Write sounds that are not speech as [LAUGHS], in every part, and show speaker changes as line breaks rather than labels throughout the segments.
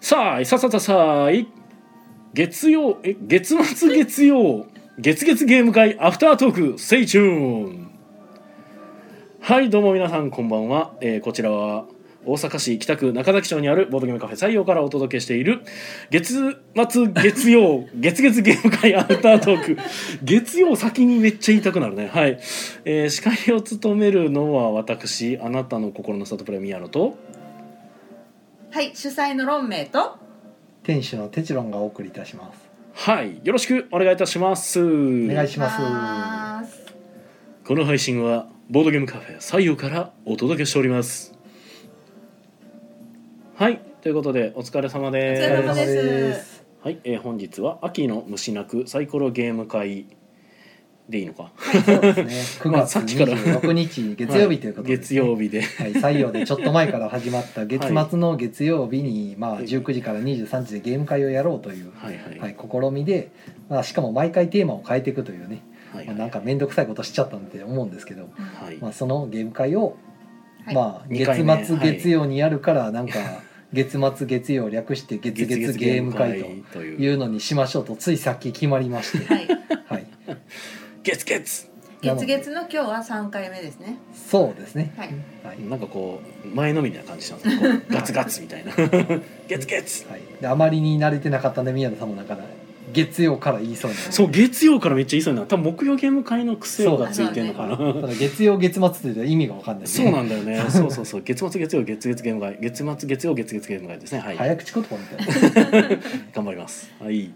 さあささささい月曜え月末月曜月月ゲーム会アフタートークステイチューンはいどうも皆さんこんばんは、えーこちらは大阪市北区中崎町にあるボードゲームカフェ採用からお届けしている月末月曜月月ゲーム会アフタートーク月曜先にめっちゃ言いたくなるねはい、えー司会を務めるのは私あなたの心の里プレミアノと
はい、主催の論名と。
店主のテチロンがお送りいたします。
はい、よろしくお願いいたします。
お願いします。
ます。
この配信はボードゲームカフェ採用からお届けしております。はい、ということでお疲れ様で
お疲れ
す。
様です
す。
はい、えー本日は秋の虫なくサイコロゲーム会でいいのか。
そうですね。9
まあ
月
さっきから
26日月曜日ということで、
月曜日で
はい、採用でちょっと前から始まった月末の月曜
[LAUGHS]
日に、まあ
はい
19時から23時でゲーム会をやろうという、
はいはい
はい、試みで、まあしかも毎回テーマを変えていくというね、
はい
ま
は
あ
い
なんか面倒くさいことしちゃったんで思うんですけど、
はい
まあそのゲーム会を、
はい
まあ
二回
月
目
末
はい
月曜にやるからなん
[LAUGHS]
か月末月曜略して月月ゲーム会と。
とい
いううのにしましょうとついさっき決まりまして、
はい。
はい、
月月
月月の今日は三回目ですね。
そうですね。
はい。
はい、
なんかこう前のみたいな感じしたんですけど
[LAUGHS]
こうガツガツみたいな [LAUGHS] 月月
はい、であまりに慣れてなかったんで、宮野さんもなんか月曜から言いそうになる。
そう月曜からめっちゃ言いそうになる多分木曜ゲーム会の癖がついてんのかな
ただ月曜月末って言うと意味がわかんない、
そうなんだよね。そうそうそう。月末月曜月月ゲーム会、月末月曜月月ゲーム会ですね。はい。
早口言葉みたいな。
頑張ります。はい。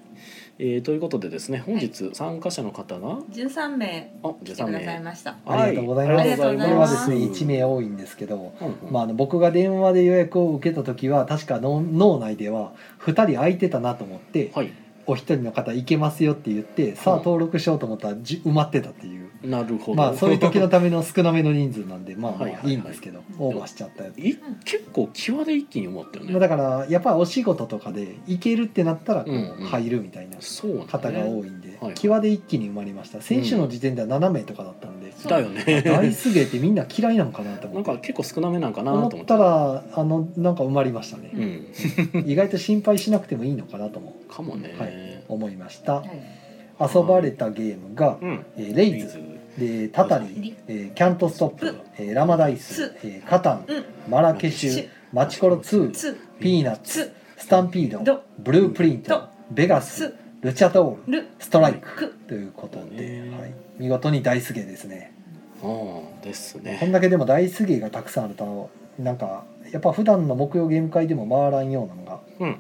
えー、ということでですね、本日参加者の方が、
十三名
あ、十
来て
三
ください
名。
ました。
ありがとうございます
は
あり
こ
が
れ
とうご
は
ざい
ですね、一。名多いんですけど。
うんうん
まあ、あの僕が電話で予約を受けた時は確かの脳内では2人空いてたなと思って
はい。
お一人の方行けますよって言ってさあ
うん
登録しようと思ったらじ埋まってたっていう
なるほど。
まあそういう時の。ための少なめの人数なんでまあま
は
あ
いはいはい
いいんですけどオーバーしちゃったや
[LAUGHS]
つ
い結構際で一気に思ったよ
まあ
ね。
だからやっぱりお仕事とかで行けるってなったらこ
うんう
うん入るみたいな
そうなんだ
方
ね
が多いんで
はい
際で一気に埋まりました選手の時点では7名とかだったんで
だよね。
大すげえってみんな嫌いなのかなと
な
思
んか
って
結構少なめなんかなと思って
思った。らあのなんか埋まりました
う
ね
ん。
意外と心配しなくてもいいのかなとも
かもね。
はい思いました
はい。
遊ばれたゲームが
うん。
えーレイ
ズ
ズでタタリ
リ
えーキャントストップえーラマダイス
ス
えーカタン
うん。
マラケシ
シ
ュ
ュ
マチコロ2
つ。
ピーナッツ
つ。
スタンピード
ド、
ブループリン
ド
ト、ベガ
つ
ス、。ルチャトール、
る。
ストライク
く。
ということで、
ね
はい、見事に大すげですね。
うんです
こん
ね。
だけでも大すげがたくさんあると、なんかやっぱ普段の木曜ゲーム会でも回らんようなのが。
うん。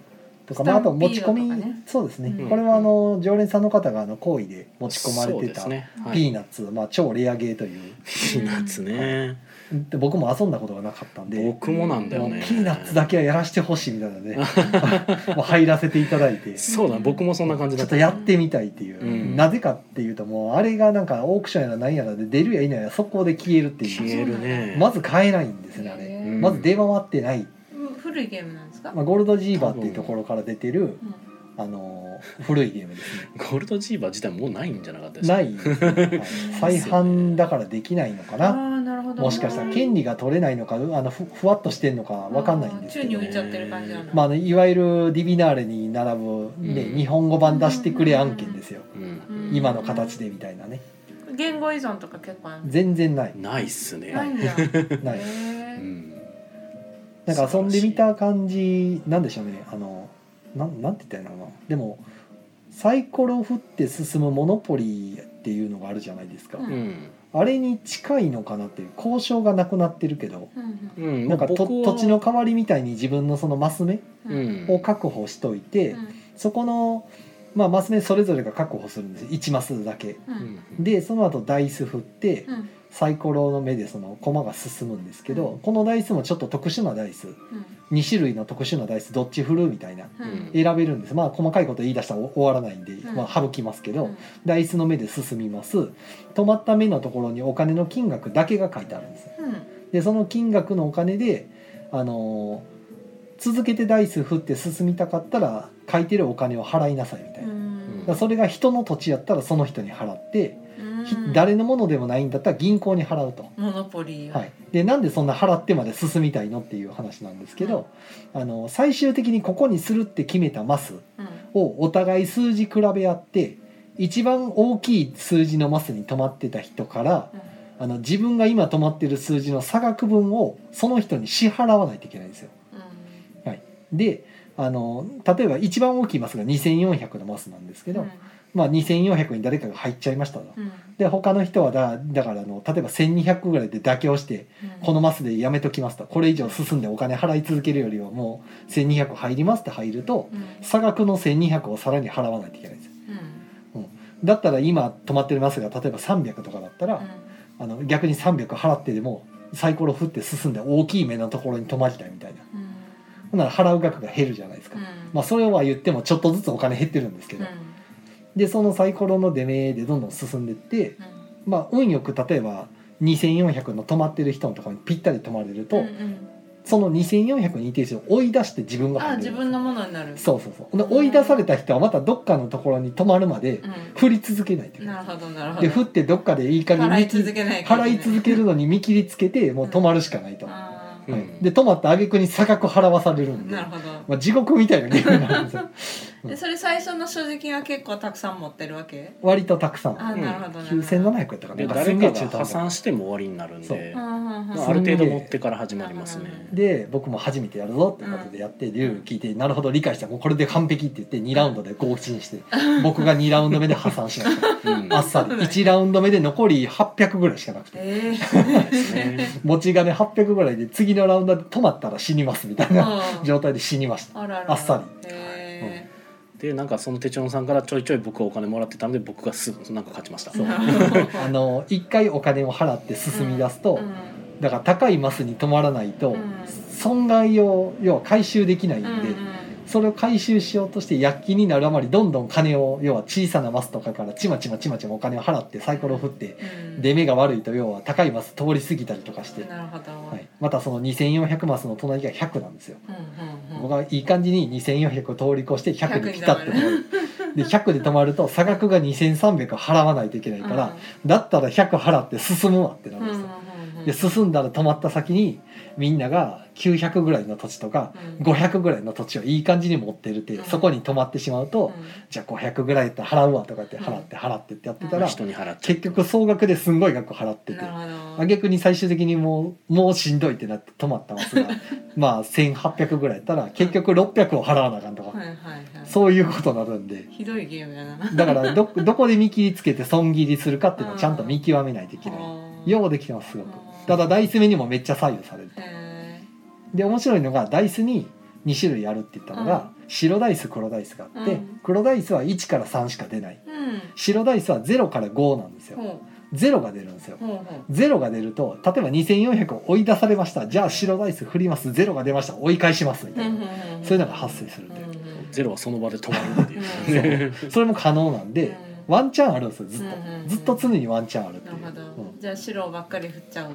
とかまあ、あと持ち込
ス
み、
タンピードとかね
そうですね、
うん
これはあの常連さんの方があの好意で持ち込まれてた、
そうですね。は
ピ
い
ーナッツ、まあ、超レアゲーという
ピーナッツね。
で僕も遊んだことがなかったんでもう
僕もなんだ
ピ
よね。
ーナッツだけはやらせてほしいみたい
[LAUGHS]
なねもう入らせていただいて
そうだ、僕もそんな感じ
ち
だ
ょっとやってみたいっていう、
うん
なぜかっていうともうあれがなんかオークションやら何やらで出るやいないや速攻で消えるって
消
いう
えるね。
まず買えないんですねあれ、
へ
うん
ー
まず出回ってない、
うん古いゲームなんですか。
まあ、ゴールドジーバーっていうところから出てる、
うん
あのー古いゲームですね
ゴールドジーバー自体もうないんじゃなかったでした
ないですね、はい再販だからできないの
あ
か
あ
な
ー、なるほど。
もしかしたら権利が取れないのかあのふふわっとしてんのかわかんないんですけ
宙に
ど
浮いちゃってる感じなの。
まあね、いわゆるディビナーレに並ぶ、ね
うん
日本語版出してくれ案件ですよ、
うん
今の形でみたいなね
言語依存とか結構ある。
全然ない
ないっすね。
ないんだ。
ない
うん
へ
なんか遊んでみた感じなんでしょうねあのなんなんて言ったらいいのかなでもサイコロ振って進むモノポリーっていうのがあるじゃないですか、
う
うん。
あれに近いのかなっていう交渉がなくなってるけど
ー
うん。
なんかと
僕は
土地の代わりみたいに自分のそのマス目
う。
うんん。
を確保しといて、そこの、まあ、マス目それぞれが確保するんですよ1マスだけ。
うん。う。
うんん
でその後ダイス振って、
うん。
サイコロの目でその駒が進むんですけど、
うん
このダイスもちょっと特殊なダイス2種類の特殊なダイスどっち振るみたいな
うん。うん。
選べるんですまあ細かいこと言い出したら終わらないんで、
うん
まあ、省きますけど、
うん
ダイスの目で進みます止まった目のところにお金の金額だけが書いてあるんですでその金額のお金であのー続けてダイス振って進みたかったら書いてるお金を払いなさいみたいな、だ
うん
からそれが人の土地やったらその人に払って
うん
ひ
うん
誰のものでもないんだったら銀行に払うと。
モノポリーは
はい、でなんでそんな払ってまで進みたいのっていう話なんですけど、あの最終的にここにするって決めたマス
うん
をお互い数字比べ合って一番大きい数字のマスに止まってた人から
うん
あの自分が今止まってる数字の差額分をその人に支払わないといけないんですよ。
うん
であの例えば一番大きいマスが2400のマスなんですけど、まあ、2400に誰かが入っちゃいましたと。
うん
で他の人はだだからあの例えば1200ぐらいで妥協して
うん
このマスでやめときますとこれ以上進んでお金払い続けるよりはもう1200入りますって入ると
うん
差額の1200をさらに払わないといけないんですよ
うん
だったら今止まってるマスが例えば300とかだったら、
うん
あの逆に300払ってでもサイコロ振って進んで大きい目のところに止まりたいみたいな
うん
ほんなら払う額が減るじゃないですか、
うん
まあそれは言ってもちょっとずつお金減ってるんですけ
う
ど、
ん
でそのサイコロの出目でどんどん進んでって
うん
まあ運よく例えば2400の止まってる人のところにぴったり止まれると、
うんうん
その2400にいてる人を追い出して自分が
あ
入れ
自
る
分のものになる
そうそうそうで追い出された人はまたどっかのところに止まるまで
う
振り続けないとい
ん
けな
ないるほどなるほ
で
ど
振ってどっかでいい加減
払い
見切り
続けない
[LAUGHS] 払い続けるのに見切りつけてもう止まるしかないと、は
あ
う
ー
ん
い、で止まった挙句に差額払わされるんで
なるほど
まあ、地獄みたいなゲームになるん
[LAUGHS]
ですようん
でそれ最初の所持金は結構たくさん持ってるわけ
割とたくさん
あーなるほどなるほど
9700やったか
で
な
誰かが破
破産
産しても終わりになるんで、
う
ま
んうんうん
あ、ある程度持ってから始まりますね。
で僕も初めてやるぞってことでやってルール聞いてなるほど理解したもうこれで完璧って言って2ラウンドで合致にして僕が2ラウンド目で破産しまし
[LAUGHS]
た
うん
あっさ
そ
り
うなんや
1ラウンド目で残り800ぐらいしかなくて
ええ
ですね
持ち金800ぐらいで次のラウンドで止まったら死にますみたいな
うん
状態で死にました
あらら
あっさ
りへ
でなんかその手帳さんからちょいちょい僕はお金もらってたので僕がすぐなんか勝ちました。
えなる
[LAUGHS] あ
ほど
の1回お金を払って進み出すと
うん
だから高いマスに止まらないと
うん
損害を要は回収できないん
う
で
んうん
それを回収しようとして躍起になるあまりどんどん金を要は小さなマスとかからちまちまちまちまお金を払ってサイコロを振って
うん
出目が悪いと要は高いマス通り過ぎたりとかして、
なるほど
はい、またその2400マスの隣が100なんですよ。
うんうんうん
僕はいい感じに2400を通り越して100に来たって
100に
で100で止まると差額が2300払わないといけないから、だったら100払って進むわってな
う
るん
んうん
で
う
すよ、
んうん
で進んだら止まった先にみんなが900ぐらいの土地とか
うん
500ぐらいの土地をいい感じに持ってるって
うん
そこに止まってしまうと、
う
じゃあ500ぐらいやったら払うわとかって払って払ってってやってたら、
人に払っちゃう
結局総額ですんごい額払って
ん
て
なるほど
挙句に最終的にもうもうしんどいってなって止まったマ
[LAUGHS]
スがまあ1800ぐらいやったら結局600を払わなあかんとか、
はいはいはい
そういうことになるんで
ひどいゲームやな
だからどどこで見切りつけて損切りするかっていうのをちゃんと見極めないといけない、ようできてますすごく
うん
ただダイス目にもめっちゃ左右される
へえ
で面白いのがダイスに2種類あるって言ったのが、白ダイス黒ダイスがあって、
うん
黒ダイスは1から3しか出ない
うん
白ダイスは0から5なんですよ、
ほ
0が出るんですよ
うほうほ
0が出ると例えば2400を追い出されましたじゃあ白ダイス振ります0が出ました追い返しますみ
う
たいな、
ん
そういうのが発生するん
う
で
んうんうん
ゼロはその場で止まるっていうね。
それも可能なんで、
うん
ワンチャンあるんですよずっと、
うんうんうん
ずっと常にワンチャンあるって
ないる
う、
ほど、
うん
じゃあ白ばっかり振っちゃう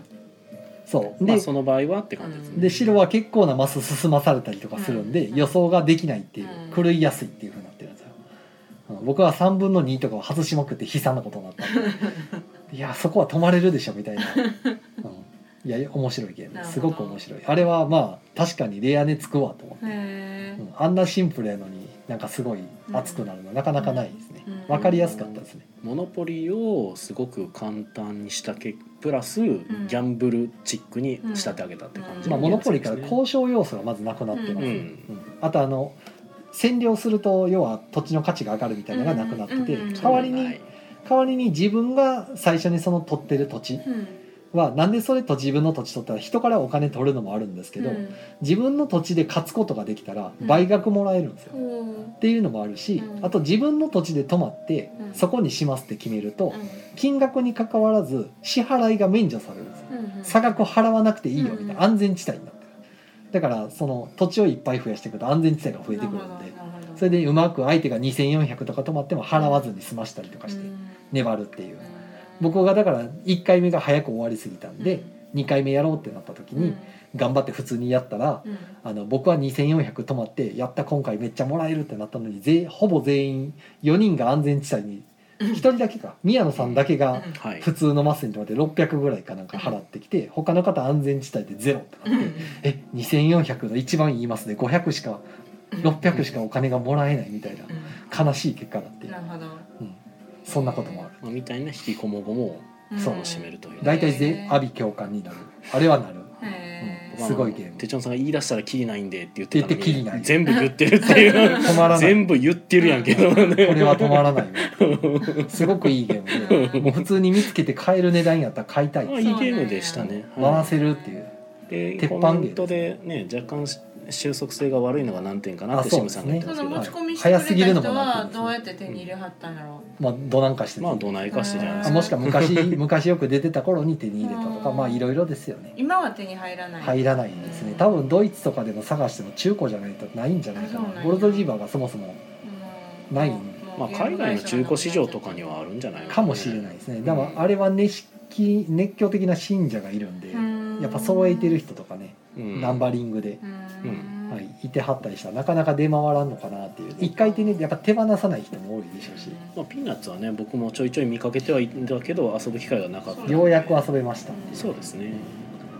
そう [LAUGHS] で,、
まあその場合はって感じですね。
うん
で白は結構なマス進まされたりとかするんで、
うん
予想ができないっていう、
うん
狂いやすいっていうふうになってるんですよ、うん僕は3分の2とかを外しまくって悲惨なことになったん
[LAUGHS]
でいやそこは止まれるでしょみたいな、うん、いや面白いゲームですすごく面白いあれはまあ確かにレア値つくわと思って。
へえ
うんあんなシンプルやのになんかすごい熱くなるのはなかなかないですね
うん
わかりやすかったですね
モノポリをすごく簡単にしたけプラスギャンブルチックに仕立て上げたって感じ
ま
のゲ
あ
ーム
モノ
です
ポ
ね、
リから交渉要素がまずなくなってます、
う
うん
ん
んあとあの占領すると要は土地の価値が上がるみたいなのがなくなってて
うんうん
代わり
は
に
い
代わりに自分が最初にその取ってる土地
うん
はなんでそれと自分の土地取ったら人からお金取るのもあるんですけど
うん
自分の土地で勝つことができたら
うん
倍額もらえるんですよ
ほ
っていうのもあるし
うん
あと自分の土地で泊まって
うん
そこにしますって決める
う
と
うん
金額に関わらず支払いが免除されるんですよ
うんうん
差額払わなくていいよみ
う
たい
ん
な安全地帯になってるだからその土地をいっぱい増やしていくと安全地帯が増えてくるんで
なるほどなるほど
それでうまく相手が2400とか止まっても払わずに済ましたりとかして
うん
粘るっていう
うん
僕がだから1回目が早く終わりすぎたんで2回目やろうってなった時
うん
に頑張って普通にやったら
うん
あの僕は2400止まってやった今回めっちゃもらえるってなったのにぜほぼ全員4人が安全地帯に
うん
一人だけか宮野さんだけが
はい
普通のマスに泊まって600ぐらいかなんか払ってきて他の方安全地帯でゼロってなっ
うんう
て
ん
え2400の一番いいマスで500しか
うん
600しかお金がもらえないみたいな悲しい結果だって
うん
いう
なるほど
そんなこともある
まあみたいな引きこもごも
そう
楽しめるという
大体ぜ阿鼻教官になるあれはなる
へ
すごいゲーム
てちょんさんが言い出したらキリないんでって言ってたの
言ってキリな
に
い
全部言ってるっていう
止まらないこ
全部言ってるやんけ [LAUGHS] どね
れは止まらない
[LAUGHS]
わすごくいいゲームでもう普通に見つけて買える値段やったら買いたい
まあいいゲームでしたね、
ん
回せるっていう
で
鉄
コ
板芸
メントでね若干し収束性が悪いのが何点かなって
あ
シ
そう
ム
で
さ
す
んが言
ね
って
そ
ます
の
けど、
持ち込
はい
みしてくれた人はどうやって手に入れはったんやろ
まあどなんかしてて
まあどないかしてじゃないで
あ
す
も
か
しか昔昔よく出てた頃に手に入れたとか
うん
まあいろいろですよね
う今は手に入らない
入らないんですね多分ドイツとかでも探しても中古じゃないとないんじゃないか
あそうなん
な
や
ゴールドジーバーがそもそも
うん
ない
まあ、海外の中古市場とかにはあるんじゃない
かもしれないですねでもあれは熱式熱狂的な信者がいるんでやっぱ揃えてる人とかね
うん
ナンバリングで、
うん
はい、いてはったりしたらなかなか出回らんのかなっていう一回手ねやっぱ手放さない人も多いでしょうし
まあ、ピーナッツはね僕もちょいちょい見かけてはいたんだけど遊ぶ機会がなかった
ようやく遊べました
そうですね
やっ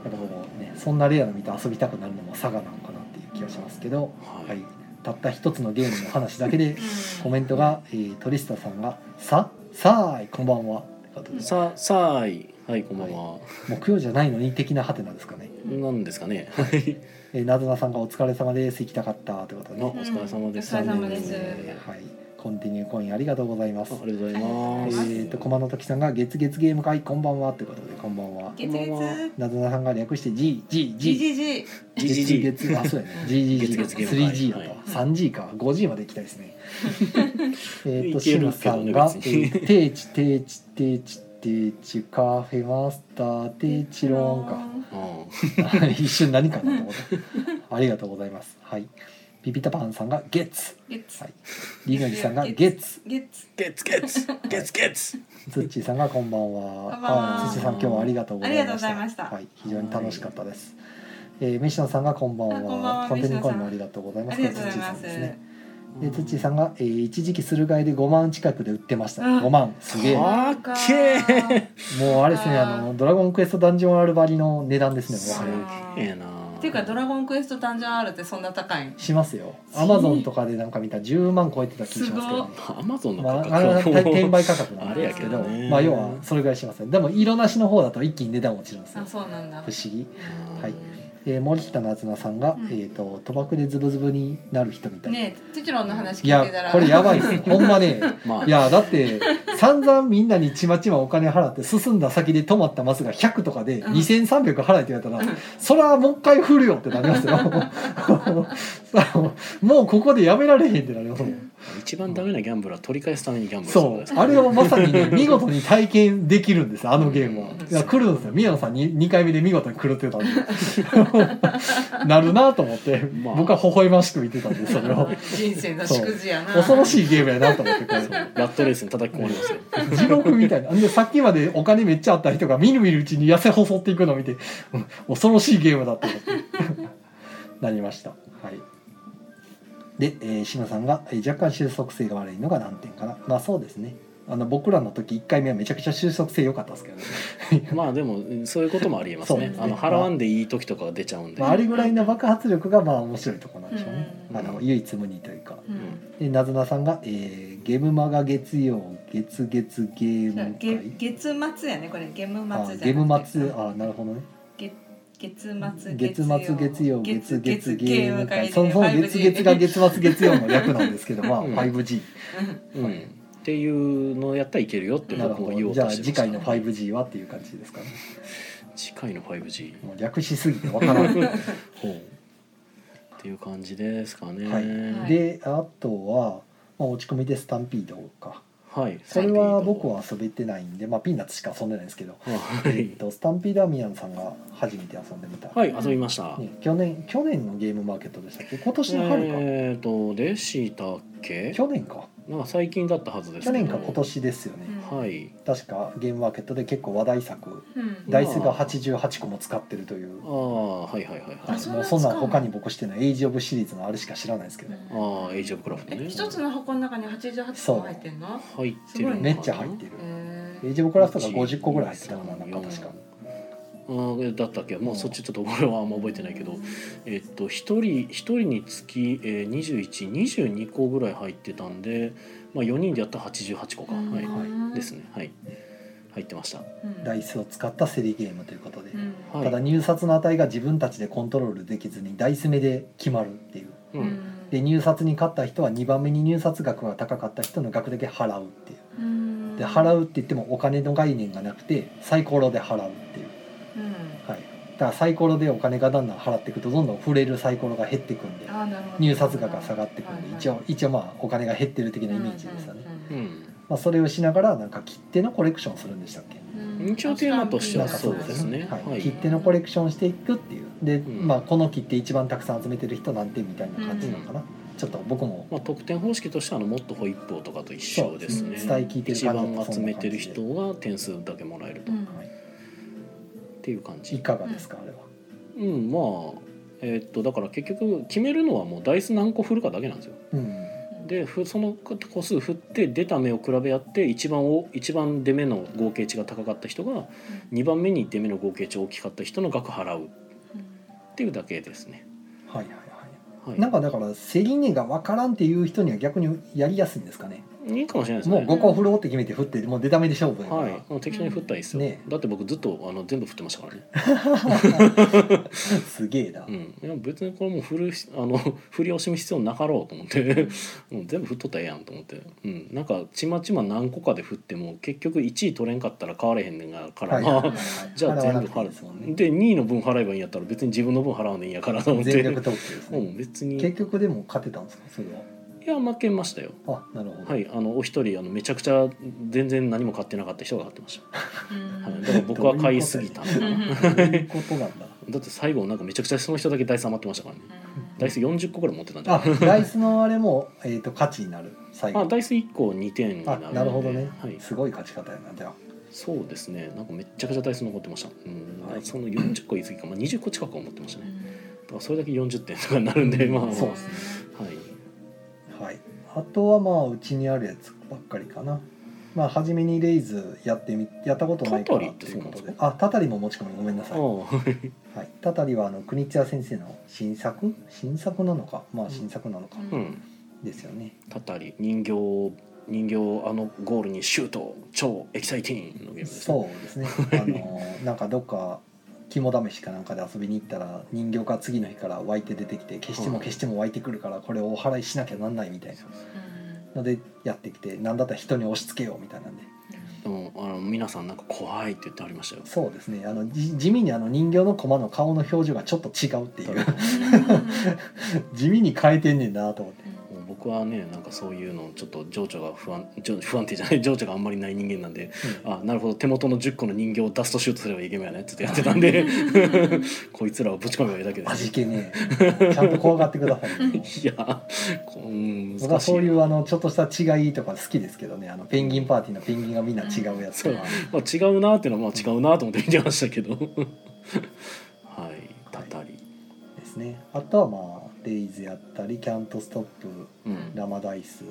ぱこうねそんなレアの見て遊びたくなるのも佐賀なのかなっていう気がしますけど、
はい、
はい、たった一つのゲームの話だけでコメントが、えー、トリスタさんが「ささーいこんばんは」ってことです
ささあいはいこんばんは、
木曜じゃないのに的なハテナですかね
うん
なんですかねはい
えーなずなさんが「お疲れ様です行きたかった」ってこと
あお
ね
疲れ様です、
うんお疲れ
あ
様です
えーはいコンティニューコインありがとうございます
ありがとうございます、
えっと駒の時さんが「月月ゲーム会こんばんは」ってことでこんばんは
月月
なずなさんが略して GGG
GGG
じじ
月月あそうやね GGG
月月ゲーム会
3G やと
はい
3G か 5G まで行きたいです
[LAUGHS]
ねえっと
いけるけど
シム
ね
さんが「え
別に
ー定置定置定置定置カフェマスター定置ローンか」
うん
[LAUGHS] 一瞬何かなと思ったありがとうございますはいピピタパンさんが「ゲッツ
月」
はいリノリさんが「ゲッツ」
月
ゲツゲツゲツゲツ
つっちーさんがこんばんは。
こんばんは
あつっちーさん今日はありがとうございまし
ありが
た。
とうございました
はい、非常に楽しかったです。えー、飯野さんがこんばんは。
あこんばんは
コンテニコインもあり
飯
がとうございま
あ
す。
りがとうござい
さ
ま
ん
す
ですね。で、つっちーさんが、えー、一時期駿河屋で5万近くで売ってました。
うん
5万、すげえ。も
は
か
かっ
うあれですね、あ
あ
のドラゴンクエストダンジョンアルバリの値段ですね。
す
もうあれ。
げえな
っていうか「ドラゴンクエスト誕生 R」ってそんな高いん
しますよ。アマゾンとかでなんか見たら10万超えてた気がしますけど、ね。
アマゾンの
まあ、
価
あ
格
れは転売価格な
あ
ん
れ
で
や
す
け
け
ど
ど、
ね
まあ要はそれぐらいしますね。でも色なしの方だと一気に値段落ちるんですよ
あ。そうなんだ
不思議。
うん
はいえー、森北夏菜さんが、
うん
えー、と賭博でズブズブになる人みたい、
ねえテチロンの話
い
聞いてた
や
ら
これやばい
[LAUGHS]
っすよほんまね
まあ
いやだって散々みんなにちまちまお金払って進んだ先で止まったマスが100とかで
うん
2300払えって言われたら、そらもう一回振るよってなりますよ [LAUGHS] そうもうここでやめられへんってなりますもん
一番ダメなギャンブルは取り返すためにギャンブルすること
そ
です
うあれをまさにね見事に体験できるんですあのゲームは
うん
いや来るんですよ宮野さんに2回目で見事に狂ってたんで [LAUGHS] なるなと思って、
まあ
僕は微笑ましく見てたんでそれ
[LAUGHS]
を
人生の縮図やな
恐ろしいゲームやなと思ってこれ
ラットレースに叩き込まれ
[LAUGHS]
ますよ
地獄みたいなでさっきまでお金めっちゃあった人がみるみるうちに痩せ細っていくのを見て、うん恐ろしいゲームだって思って [LAUGHS] なりましたはいで、えー、島さんがえー若干収束性が悪いのが難点かなまあそうですねあの僕らの時1回目はめちゃくちゃ収束性良かったですけど
[LAUGHS]
ね、
まあでもうんそういうこともありえます
そう
ね
ですね
あの払わんでいい時とかが出ちゃうんで、
まあ、あれぐらいの爆発力がまあ面白いとこなんでしょうね、
うん
あの唯一無二というか
うん
でなずなさんが、えーゲームマガ月曜月月ゲーム
げ
会
月末やねこれゲム
あ
末じゃなくて
ゲーム末あなるほどね
げ月末
月末月曜月月ゲーム会そ
そ
の
の
その月月が月末月曜の略なんですけどまあ
うん
5G
うん、っていうのをやったらいけるよって
なる
僕も
ほ
言お
ど
う
じゃ
と
あ
して
次
ました
回の 5G はっていう感じですかね
次回の 5G
もう略しすぎてわからない
ほうっていう感じですかね
は
はいい
であとは、まあ、落ち込みでスタンピードか
はい
それは僕は遊べてないんでまあピーナッツしか遊んでないんですけど
は
えっ
い
とスタンピーダーミアンさんが「初めて遊んでみた、
はい遊びました、
ね、去年去年のゲームマーケットでしたっけ今年の春か、
えっ、とでしたっけ
去年か
なんか最近だったはずです
去
けど
年か今年ですよね、
はい
確かゲームマーケットで結構話題作
うん
だ
ダイスが88個も使ってるという
ああはいはいはいは
あ
い
そう
もうそんなん他に僕してないエイジ・オブ・シリーズのあれしか知らないですけど、
ああエイジオブクラフト
え
ね
一つの箱の中に88個入ってんの
入ってるのかな
めっちゃ入ってる、
え
エ
ー
イジ・オブ・クラフトが50個ぐらい入ってたかななんか確か
あーだったっけもうそっちちょっと俺はあんま覚えてないけどえっと一人一人につき、えー、2122個ぐらい入ってたんで、まあ、4人でやったら88個か、
うん
はい
はい
ですねはい入ってました
うん
ダイスを使った競りゲームということで、
うん
はい
ただ入札の値が自分たちでコントロールできずにダイス目で決まるっていう
うん
うん
で入札に勝った人は2番目に入札額が高かった人の額だけ払うっていう
うん
で払うって言ってもお金の概念がなくてサイコロで払うっていう、
うん
はい、だからサイコロでお金がだんだん払っていくとどんどん触れるサイコロが減っていくんで
あーなるほど
入札額が下がっていくんで一
は
応一応まあお金が減ってる的
い
な
はい
イメージですよね、
う
うん
まあ、それをしながらなんか切手のコレクションするんでしたっけ
んうん
一応テーマとして
な
は
んか
そうですね
はい
はい
切手のコレクションしていくっていうで、
ん
まあ、この切手一番たくさん集めてる人なんてみたいな感じなのかな、ちょっと僕も
まあ、得点方式としてはあのもっとホイップをとかと一緒ですね
そう伝え
聞いてる
一
感じだと
番集めてる
そ
人が点数だけもらえると、
う
っ
ん
ていう感じ
いかがですかあれは
うんまあえーっとだから結局決めるのはもうダイス何個振るかだけなんですよ
うん
でふその個数振って出た目を比べ合って一番お一番出目の合計値が高かった人が2番目に出目の合計値大きかった人の額払うっていうだけですね
はいはいは
はい
いなんかだから競り値が分からんっていう人には逆にやりやすいんですかね
いいかもしれないです
[LAUGHS] もう
ね
5個振ろうって決めて振ってもう出た目で勝負やから、
はい、もう適当に振ったらいいですよ、
ね
だって僕ずっとあの全部振ってましたからね、
[LAUGHS] すげえな、
うん、いや別にこれもう振るしあの [LAUGHS] 振り惜しむ必要なかろうと思って [LAUGHS] もう全部振っとったらええやんと思って、うん、なんかちまちま何個かで振っても結局1位取れんかったら変われへんねんがから、
はい
まあ
い
じゃあ全部払
払わなくていいですもん
う
ね
で2位の分払えばいいんやったら別に自分の分払わねえんやからと思って
全力投球です
う
ね、
ん別に
結
い
局でも勝てたんですかそれは
や負けましたよ
あなるほど、
はいあのお一人あのめちゃくちゃ全然何も買ってなかった人が買ってました、
うん
はい、だから僕は買いすぎたんだ
う
なん
どういうことなん
[LAUGHS]
だ
だって最後なんかめちゃくちゃその人だけダイス余ってましたからねダイス40個ぐらい持ってたんじゃ
あ
ない
ダイスのあれも、えー、と価値になる最
あ
後
ダイス1個2点にな
あ
るんで
なるほどね、
はい、
すごい勝ち方やなじゃあ
そうですねなんかめっちゃくちゃダイス残ってましたうん、
はい
その40個言い過ぎか、まあ、20個近くは持ってましたねだからそれだけ40点とかになるんでまあまあ
そう
は
です
い
はい、あとはまあうちにあるやつばっかりかなまあ初めにレイズやってみやったことないか
タタ
ら
リってそうなんですか
ということであタタリも持ち込みごめんな
あ
さい、は
あはい
い、タタリはあの国津屋先生の新作新作なのかまあ新作なのか
うん
ですよね、
たたり人形人形あのゴールにシュート超エキサイティングのゲームです、ね、
そうですねあのなんかどっか肝試しかなんかで遊びに行ったら人形が次の日から湧いて出てきて消しても消しても湧いてくるからこれをお払いしなきゃなんないみたいなのでやってきて何だったら人に押し付けようみたいなんで
でもあの皆さんなんか怖いって言ってありましたよ
そうですねあのじ地味にあの人形の駒の顔の表情がちょっと違うっていう地味に変えてんねんなと思って
もう僕はねなんかそういうのちょっと情緒が不安情不安定じゃない情緒があんまりない人間なんであなるほど手元の10個の人形をダストシュートすればいけないねっつってやってたん
[LAUGHS]
でこいつらをぶち込めばいいだけで
味
す
気ねえちゃんと怖がってくださいね
いやこうん
僕は
難しい
そういうあのちょっとした違いとか好きですけどねあのペンギンパーティーのペンギンがみんな違うやつ
そ
と
う
か
まあ、違うなっていうのはまあ違うなと思って見てましたけどはいたたり、
ですねあとはまあレイズやったりキャントストップ
うん、
ラマダイス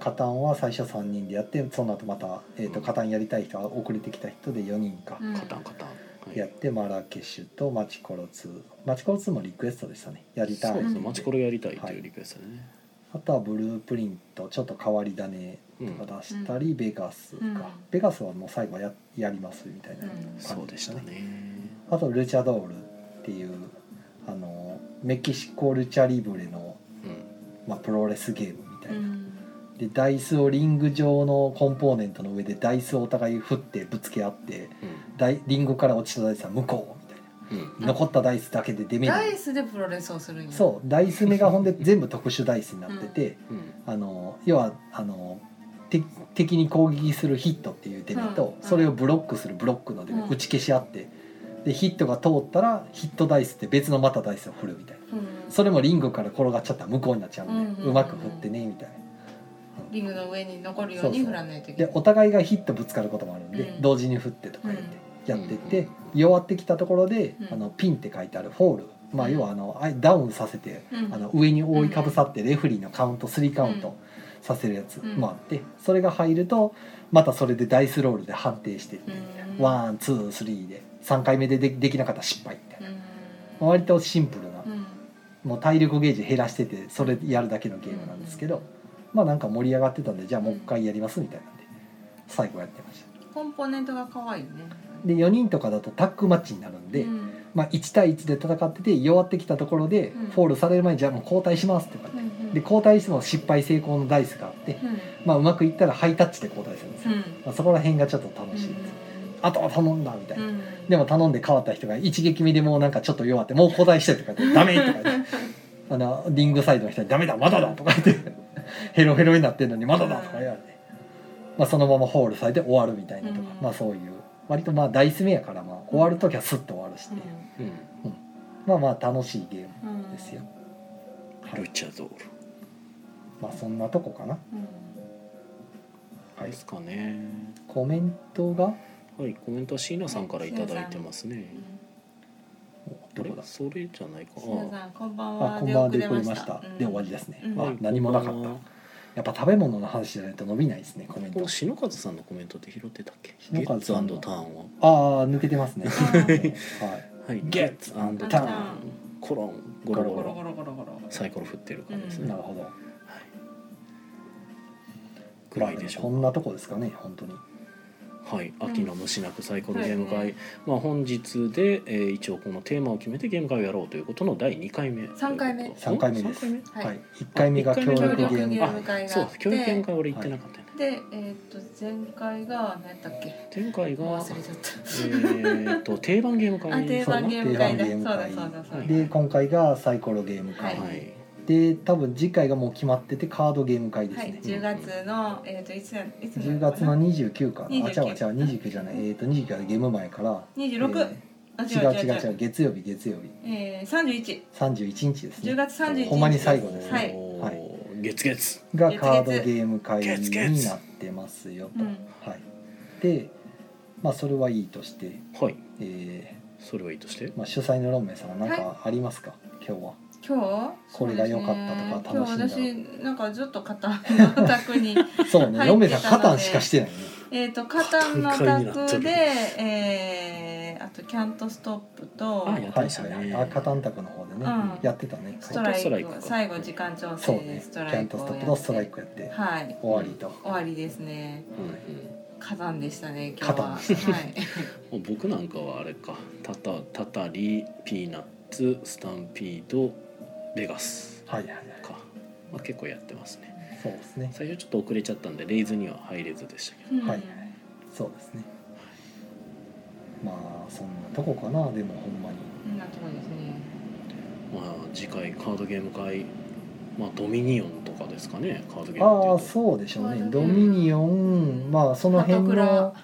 カタンは最初3人でやってその後また、えー、とカタンやりたい人は遅れてきた人で4人か、
カタンカタン、はい
やってマラケシュとマチコロ2マチコロ2もリクエストでしたねやりたい
そうですね
うん
マチコロやりたいっていうリクエストでね、
あとはブループリントちょっと変わり種とか出したり、ベガス
う
か、
ん
ベガスはもう最後ややりますみたいな
うん
そ
感
う
じ
で
で
し
したた
ね
ね、あとルチャドールっていうあのメキシコルチャリブレの、
うん、
まあ、プロレスゲームみたいな、でダイスをリング上のコンポーネントの上でダイスをお互い振ってぶつけ合ってダイリングから落ちたダイスは向こうみたい
うんうん
な残ったダイスだけで出目に
ダイスでプロレスをするんやう
そうダイスメガホンで全部特殊ダイスになってて、
うん
あの要はあのて敵に攻撃するヒットっていう手目と、
うん
それをブロックするブロックの手目
うん
打ち消し合って、でヒットが通ったらヒットダイスって別のまたダイスを振るみたいな
うん
それもリングから転がっちゃったら向こうになっちゃうんで、う
うんうんうん
まく振ってねみたいな
リングの上に残るよう
そうそ
に
う
振らないといけ
で
ない。
お互いがヒットぶつかることもあるんで、
うん
同時に振ってとか言ってやってって、
うん
弱ってきたところで、
うん
あのピンって書いてあるフォール、まあ、
うん
要はあのあダウンさせて、
うん
あの上に覆いかぶさってレフェリーのカウント3カウントさせるやつもあって、それが入るとまたそれでダイスロールで判定していって、
うん
ワンツースリーで3回目ででできなかったら失敗みたいな、
うん
割とシンプルな
うん
もう体力ゲージ減らしててそれやるだけのゲームなんですけど、まあなんか盛り上がってたんでじゃあもう一回やりますみたいなんで最後やってました
コンポーネントが可愛いね。
で4人とかだとタッグマッチになるんで、
うん
まあ、1対1で戦ってて弱ってきたところで
うん
フォールされる前にじゃあもう交代しますとか
うんうん
で交代しても失敗成功のダイスがあって、
うん
まあ、うまくいったらハイタッチで交代するんです
う
よ、
ん
まあ、そこら辺がちょっと楽しいです、あとは頼んだみたいな、
うん
でも頼んで変わった人が一撃目でもうなんかちょっと弱ってもう交代してとか言
[LAUGHS]
って「ダメ!」とか言ってあのリングサイドの人に「ダメだまだだ!」とか言
[LAUGHS]
ってヘロヘロになってるのに「まだだ!」とか言われて、まあ、そのままホールされて終わるみたいなとか、
うん
まあそういう割とまあダイス目やからまあ終わる時はスッと終わるしっていう、
うん
まあまあ楽しいゲー
う
ム
ん
ですよ、
ルチャドール
まあそんなとこかな
うん
はい
ですかね
コメントが
はいコメントは椎名さんからいただいてますね
どこ
あれ
だ
それじゃないか
シナさんこんばん
あ
は
こんばんはで送りました、
うん
で終わりですね、
うん
あ何もなかったやっぱ食べ物の話じゃないと伸びないですねコメン
こ
ト
の篠和さんのコメントって拾ってたっけゲ
篠
ッ
和
ツ
さ
タ
んの
ーンは
ああ抜けてますね。
はい
はい。
はいゲッ
Get
ツターン
and
コロンゴロゴ
ゴロゴ
ロ
ロゴロゴロ
サイコロ振ってる感じですね
なるほど。
ぐらいでし
こ
ょ
んなとこですかね本当に。
うはい秋の虫なくサイコロ
うん
ゲーム
そう
会
で
まあ本日でえー一応このテーマを決めてゲーム会をやろうということの第二回目
三回目
三回目です
三
はい
はい。一回目が協
協
力ゲ
力ゲ
ーム
ーム
会。
会が
そう
あ
で
っ
す
て
教育委員会俺行ってなかったよね
でえーっと前回が何だっけ
前回が
忘れちゃっ
えーっと定番ゲーム会
たあ定
そう
番ゲーム会だ
定
そう
番
だ
ゲーム会
そうだそうだ
はい
で今回がサイコロゲーム会、
は
はい
で多分次回がもう決まっててカードゲーム会です
はい
ね、
10月のえーっといつやいつや
10月の29かなあ
29
ちゃうわちゃうわ29じゃないえっ、と29はゲーム前から、
二十
え
六
ー
あ
違う違う違う月曜日月曜日
えー三十一
31日です
10
ね
月31日
ほんまに最後ですね
はい
は
月月
が
月
カードゲーム会
月月
になってますよ
う
と、
ん
はいでまあそれはいいとして
はい
え
それはいいとして
ーまあ、主催のロンメイさんは何かありますか、今日は
今日
これが良かったとか楽しんだ
そうですね今日私なんかずっと肩のタク
[LAUGHS]
に
そう
[LAUGHS]
ね
はい
ロンメイさ
聞
ん
いてた
カ
ので
タンしかしてないね
えっと肩のタクで、えー、あとキャントストップと
あやって
は
ましたね
いはいあカタン宅の方でね、
うん
やってたね
ストライ
ストライ
ク
ク
最後時間調
そう
整
ね
ス
キ
トラ
ャ
イ
ン
クを
とス
やっ
トッ
て
プとストライクやって
はい
終わりと、
終わりですね火山でしたね今日は
火
はい
もう僕なんかはあれかタタタタリピーナッツスタンピードベガス
はいはいはい
か、まあ、結構やってますね
そうですね
最初ちょっと遅れちゃったんでレイズには入れずでしたけど
[LAUGHS] はいそうですねまあそんなとこかなでもほんまに
うんなとこですね
まあ次回カードゲーム会まあドミニオンとかですかねカードゲーム
ああ
っていうと
そうでしょうね
うん
ドミニオンまあその辺の
ハ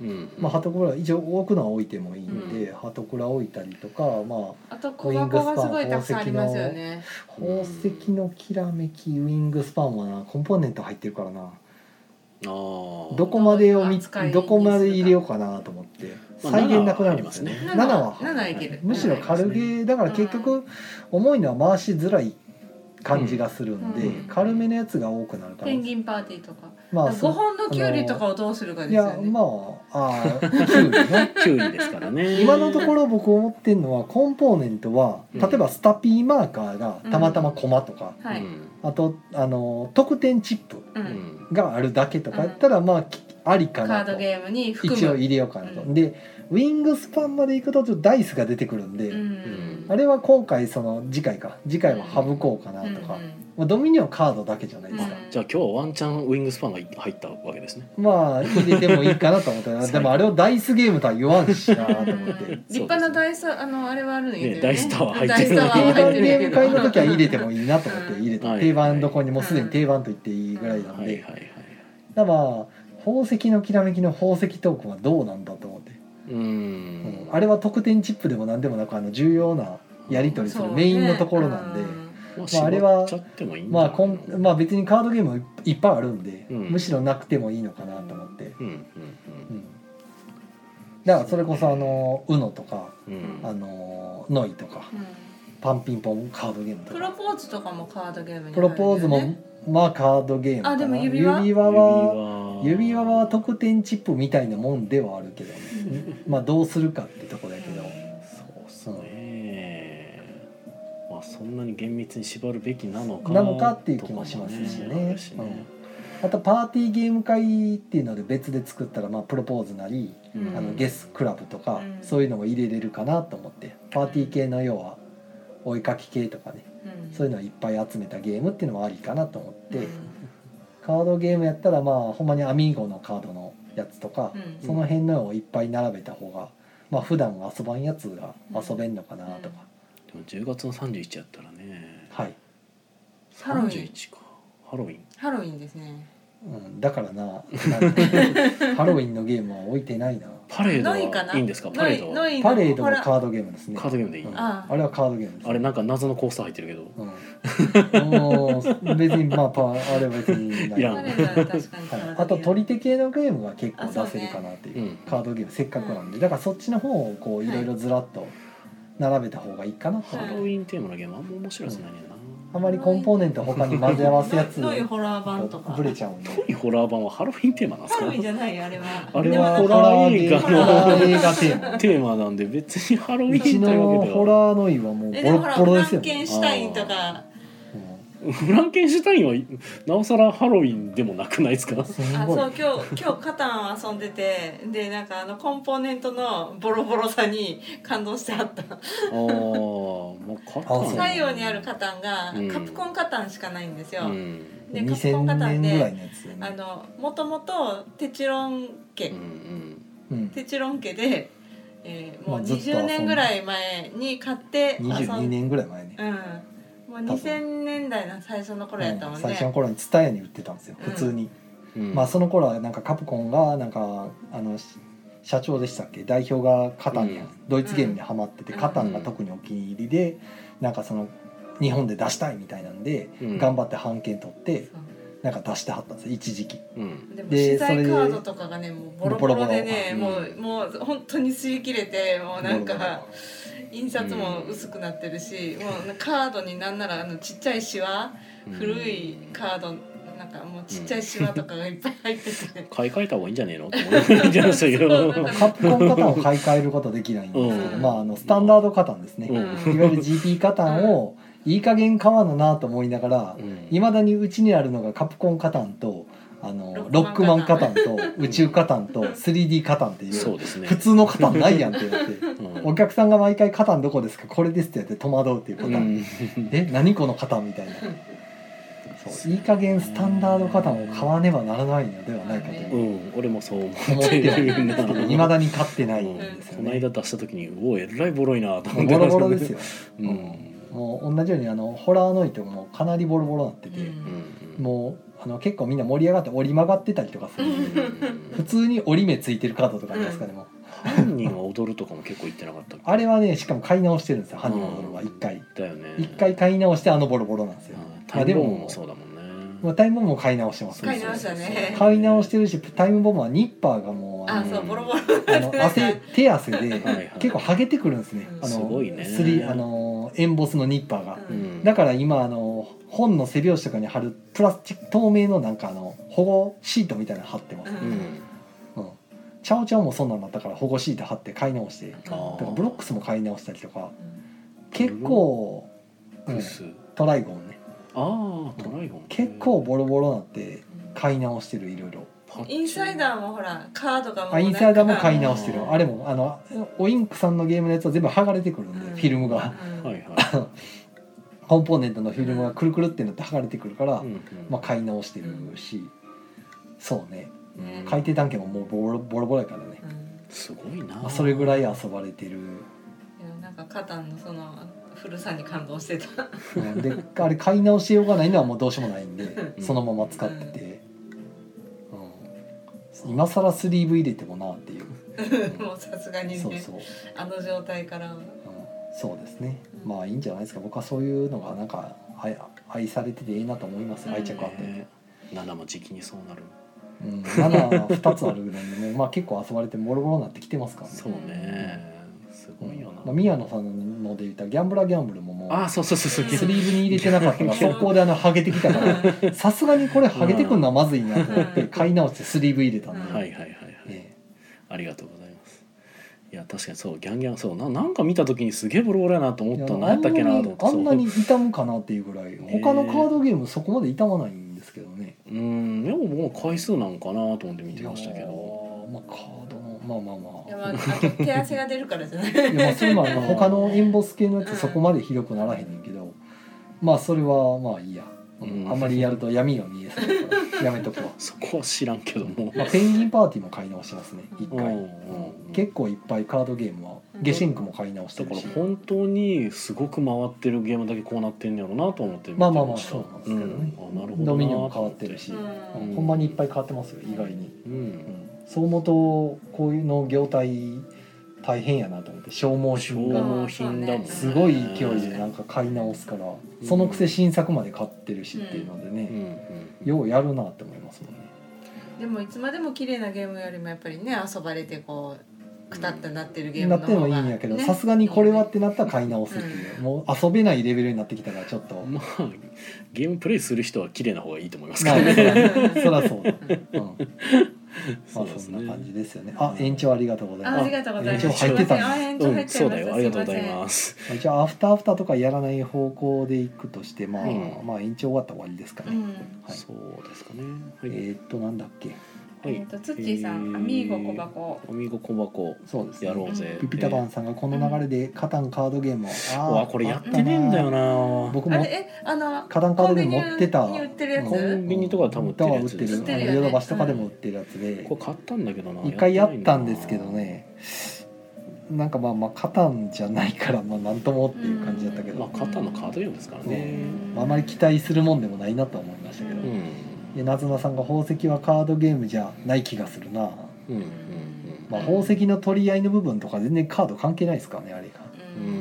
うん
まあ、ハトクラ一応置くのは置いてもいいんで、ハトクラ置いたりとか、ま
あ
あ、
と小箱がすごいたくさんありますよね
うん
宝石のきらめきウィングスパンはなコンポーネント入ってるからな
あー
どこまでをみ
扱いに
どこまで入れようかなと思って
まあ
再現なくなるんですよね
7
7は
7はいける
むしろ軽ゲーだから結局重いのは回しづらい感じがするんで、
うん
軽めのやつが多くなるから
ペンギンパーティーとか
まあ
五
そう
本のキュウリとかをどうするかで
い
すよ
や
ね
まあああキュウリね
キュウリですからね
今のところ僕思ってるのはコンポーネントは
うん
例えばスタピーマーカーがたまたまコマとか、
はい
うん
あとあの特典チップ
う
うんん
があるだけとかやったら、まあきあり
カ
かな
ー
と
ドゲームに含む
一応入れようかなと、
うん
でウィングスパンまで行くとちょっとダイスが出てくるんで、
うん
あれは今回その次回か次回は省こうかなとか、
うんうん
まあ、ドミニオンカードだけじゃないですか、
じゃあ今日はワンチャンウィングスパンが入ったわけですね
まあ入れてもいいかなと思った
[LAUGHS]
ら
最
で
高
もあれをダイスゲームとは言わんしなと思っ
うん
て。
立派なダイスあのあれはあるのよ
ねダイスタワー入ってる
ダイスタワ
定
ー
番
入ってる
ゲー
け
ム
ど
会の時は入れてもいいなと思って入れ
うん
た
はい
定番どころにもうすでに定番と言っていいぐらいなん
はいは
で
いはい
だからまあ宝石のきらめきの宝石トークはどうなんだと思って
う
うん
ん
あれは得点チップでも何でもなくあの重要なやり取りするメインのところなんで、
まあ
あれ
絞っ
は
ちゃってもいいんじゃな
まあ
いの
こんまあ別にカードゲームいっぱいあるんで、
うん
むしろなくてもいいのかなと思って、
うんうん
うん、だからそれこそあの UNO とか
うんうん
あのノイとかパンピンポンカードゲームと
プロ
か
ポーズとかもカードゲームに
プ
入るよ
ロ
ね
ポーズもまあカードゲームかな
あでも指輪
指輪は指輪は
は
得点チップみたいなもんではある
[LAUGHS]
けど、まあどうするかってとこだけど、
そうっすねまあそんなに厳密に縛るべきなのか
なのかっていう気もしますし
とかもあ
ね
るしね
あとパーティーゲーム会っていうので別で作ったらまあプロポーズなり、
うん
うん
あのゲスクラブとか、
うん
そういうのも入れれるかなと思ってパーティー系の要はお絵かき系とかね
うん
そういうのをいっぱい集めたゲームっていうのもありかなと思って、
うん
カードゲームやったらまあほんまにアミーゴのカードのやつとか、
うん
その辺のをいっぱい並べた方がまあ普段遊ばんやつが遊べんのかなとか、
でも10月の31やったらね
はい、
ハロウィン
31かハロウィン
ハロウィンですね
うん、だから
[LAUGHS]
ななんかハロウィンのゲームは置いてないな
パレード
ノイか
は
ない
いんですかパレードは
ノイノイ
パレード
ほ
も
ら
カードゲームですね
カードゲームでいい
うん
あ
あ
あれはカードゲームです
れなんか謎のコースター入ってるけど
うん、もう別にまあパあれは別にない
いらん
パレードは確かにカ
は
ード
い
ゲーム
あと取り手系のゲームが結構
あそうね
出せるかなっていう
うん
カードゲームせっかくなんでだからそっちの方をこういろいろずらっと並べた方がいいかなと、
ハ
はい
ロウィンテーマのゲームあんま面白いやつないねんな
あまりコンポーネント他に混ぜ合わすやつ
ノイノイホラー版とか
ぶれちゃうんで
何ホラー版はハロウィンテーマなんです
ハロ
か
ウィンじゃないあれは
あれ
でも
は
なん
ホ
か
ラー映画
ホラー映画テーマ
テーマなんで別にハロウィ
うち
ンという
の
わけで
ホ
は
ラーノイはもうボ
えで
ロ
もほ
ッ
ら
ボ
フ
ロで
ラ
すよ
ンケ
ね
ン、シュタインとか
うん
フランケンシュタインはなおさらハロウィンでもなくないですか
す
あ
ん
そう
ごい
今日今日カタン遊んでてでなんかあのコンポーネントのボロボロさに感動してはった
ああもう買った
あそう
太陽にあるカタンが
うん
カプコンカタンしかないんですよ、
うん
でカプコンカ
2000
タン
年
で
ぐらいのやつよ
あ
ね
のもともとテチロン家、
うんうん
うん
テチロン家で、えーもう
まあずっと遊ん
20年ぐらい前に買って遊
22
んで、
年ぐらい前ね
うん、もう2000年代の最初の頃やったもん
最
ね、
初の頃に蔦屋に売ってたんですよ普通に、
うん
まあその頃はなんかカプコンがなんかあのし社長でしたっけ代表がカタンに、
うん
ドイツゲームにハマってて、
うん
カタンが特にお気に入りでなんかその日本で出したいみたいなんで、
うん
頑張って版権取って
そう
なんか出してはったんですよ一時期
うん
でも
で
資
そ
材
れで
カードとかがねもうボロボロでね
ボロボロ
もうもう本当に擦り切れてもうなん
ボロボ
か印刷も薄くなってるし、もうカードになんならあのちっちゃいシワ古いカードなんかもうちっちゃいシワとかがいっぱい入ってて、
買い替えた方がいいんじゃねえのって思いましたけど
そうなんか
カプコンカタンを買い替えることできないんですけど、
うん
まああのスタンダードカタンですね、
うん
いわゆる GP カタンをいい加減買わななと思いながらいまだにうちにあるのがカプコンカタンとあのロ
ロ
ッ
ッ
ク
クマ
マン
ン
カ
カ
タ
タ
ンと宇宙カタンと 3D カタンっていう
そうですね
普通のカタンないやんって言って
うん
お客さんが毎回「カタンどこですかこれです」ってやって戸惑うっていうパタ
う
ーン、
ん
え何このカタンみたいなそういい加減スタンダードカタンを買わねばならないのではないかと
う
いうん
俺もそう思
思
っ
っててはい
る
るん
ん
で
だ
すけどいまだに買ってないんですよ
この
ね
間出した時にうおえらいボロいなと思って
ボロボロです
よ
よ
うん
うもう同じようにあのホラーノイトもかなりボロボロなってて、
うん
うん
もうあの結構みんな盛り上がって折り曲がってたりとかするんで普通に折り目ついてるカードとかありますかね、もう
犯人は踊るとかも結構言ってなかったっけ
あれはねしかも買い直してるんですよ犯人のところは一回
だよね
一回買い直してあのボロボロなんですよ
うん
ま
タ
あで
イム
も
ボムもそうだもんね
もうタイムボムも買い直してます
買い直したね
買い直してるしタイムボムはニッパーがもうあ
あ
の
そうボロボロ
あの汗手汗で
はいはい
結構ハゲてくるんですねあの
すごいね
すりあのエンボスのニッパーが、
うん
うん
だから今あの本の背表紙とかに貼るプラスチック透明のなんかあの保護シートみたいなの貼ってます、
うん
うん
うん、チャオチャオもそんなんだったから保護シート貼って買い直してだ
あー
からブロックスも買い直したりとか結構、う
ブ
ん
ルー、ス
トライゴンね
ああトライゴン
結構ボロボロなって買い直してるいろいろ
インサイダーもほらカードがもう
あインサイダーも買い
な
直してる
あー
あれもあのおインクさんのゲームのやつは全部剥がれてくるんで、
うん
フィルムが
うん
はい
[LAUGHS]
は
コンポーネントのフィルムがくるくるってなって剥がれてくるから、
いうんうん
まあ、買い直してるし、そうね
うん
海底探検ももうボロボロボロやからね、
うん
すごい
ま
な
あ、それぐらい遊ばれて
い
る
やなんかカタンのその古さに感動してた
う
[LAUGHS]
んであれ買い直しようがないのはもうどうしようもないんで
うん
そのまま使ってて、うん、今更スリーブ入れてもなっていう
[LAUGHS] もうさすがにね
そうそう、うん
あの状態からは
そうですね
うん
まあいいんじゃないですか僕はそういうのがなんか愛愛されてていいなと思います
うん
愛着あって、
ね7も時期にそうなる
うん、7 2つあるぐらいでもう [LAUGHS] まあ結構遊ばれてボロボロになってきてますからね
そうねすごいよな、
まあ、宮野さんので言ったらギャンブラーギャンブルももう
ああそうそうそうそう
うん
スリーブに入れてなかった
[LAUGHS]
から速攻であのハゲてきたか
う
らさすがにこれハゲてくんのはまずいなと思っ
う
て
ん
買い直してスリーブ入れたんで、
うん
はいはいはいはい、
え
ありがとうございますいや確かにそうギャンギャンそうななんか見た時にすげえボロボロやなと
え
思った
い
何やったっけなと思って
あんなにあんなに
そう
傷むかなっていうぐらい
ねえ
他のカードゲームそこまで傷まないんですけどね
うんでももう回数なんかなと思って見てましたけ
いや
ど
ーまあカードのまあまあ
いや
まあ
まああと手汗が出るからじゃない
いやまあそれもあの他のインボス系のやつそこまでひどくならへんねんけどまあそれはまあいいや、
うん
あんまりやると闇が見えそうだからやめとくわ
そこは知らんけども
まあ、ペンギンパーティーも買い直してますね一
うんう
回、
ん
結構いっぱいカードゲームは
うん
ゲシンクも買い直して
だ
る
から
し、
本当にすごく回ってるゲームだけこうなってんねやろなと思って見て
まあまあまあ
した
そうなんですけどね
うんあなるほどな
ドミニオンも変わってるし、
うん
ほんまにいっぱい変わってますよ意外に、
う
うんん、そう思うとこういうの業態大変やなと思って消耗品
消
が
耗品だもん、ね、
すごい勢いでなんか買い直すから、
ん
そのくせ新作まで買ってるしっていうので
うん
ね、
うん
ようやるなって思いますもんね
でもいつまでも綺麗なゲームよりもやっぱりね遊ばれてこうくたってなってるゲーム
な
の
って
方
も
が
いいんやけど
ね
さすがにこれはってなったら買い直すっていう、
う
もう遊べないレベルになってきたからちょっと、
まあゲームプレイする人は綺麗な方がいいと思いますけ
まあ
ど [LAUGHS] ね、
そらそうだ、うん、ま
そ
あ
うです
そん
ね
な感じですよね。あ、延長ありがとうござい
あ
ま
あ
す
り。がとうございま
あ一
す
応入って
た
すい
んだ
ませんあ延長
う
入っ
ん、
ちゃ
そ
いう
だよ
ました
ありがとうござい
す
ます
一応アフターアフターとかやらない方向でいくとして、まあ、
うん
まあ延長終わったら終わりですか
いません
ね。
うん
はい
そうですかねはい、
えーっとなんだっけ、
はい
えっとつっちーさんアミーゴ小箱
アミーゴ小箱
そうですね
や。ろうぜ
ピピタパンさんがこの流れでカタンカードゲームを、
え
あ
ーう
ー
わこれやってねえんだよ。
あったな
な
僕
あ
も
れえあの
カタンカードゲーム持ってた。
コンビニに売ってるやつ
コンビニとか多分売ってるやつ
売って
売ってるよ
る。
ね
ヨドバシとかでも売ってるやつで
こ。れ買ったんだけどな
一回やったん
てないだな
ですけどねなんかまあまあカタンじゃないからまあなんともっていう感じだったけど、
まあ買ったのカードゲームですからね
あまり期待するもんでもないなとは思いましたけど、
う
うん
ん
で夏菜さんが宝石はカードゲームじゃない気がするな、
うんうん
まあ、宝石の取り合いの部分とか全然カード関係ないですからねあれが
うんうんうん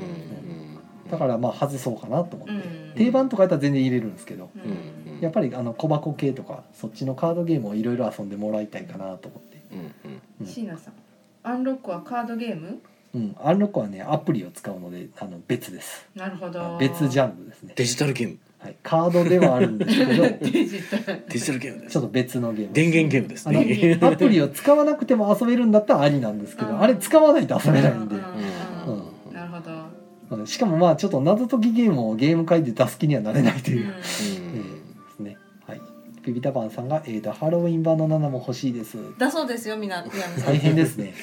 だからまあ外そうかなと思って、
うん
定番とかやったら全然入れるんですけど
うん
うんうん
やっぱりあの小箱系とかそっちのカードゲームをいろいろ遊んでもらいたいかなと思って、
うんうん
椎名さんアンロックはカードゲーム
うん、アンロックはねアプリを使うのであの別です
なるほど
別ジャンルですね
デジタルゲーム
はい、カードではあるんですけどち
デジタル
デジタルゲームです
ょっと別のゲーム
電源ゲームです
あ
ね
電
[LAUGHS]
源
のアプリを使わなくても遊べるんだったらありなんですけど、
うん
あれ使わないと遊べないんで、
う
うんん
うんなるほど
うんしかもまあちょっと謎解きゲームをゲーム会で出す気にはなれないと
う
い
ん
う、ですねはいピピタパンさんが、えーと「ハロウィン版の7も欲しいです」
だそうですよみな南さん
大変ですね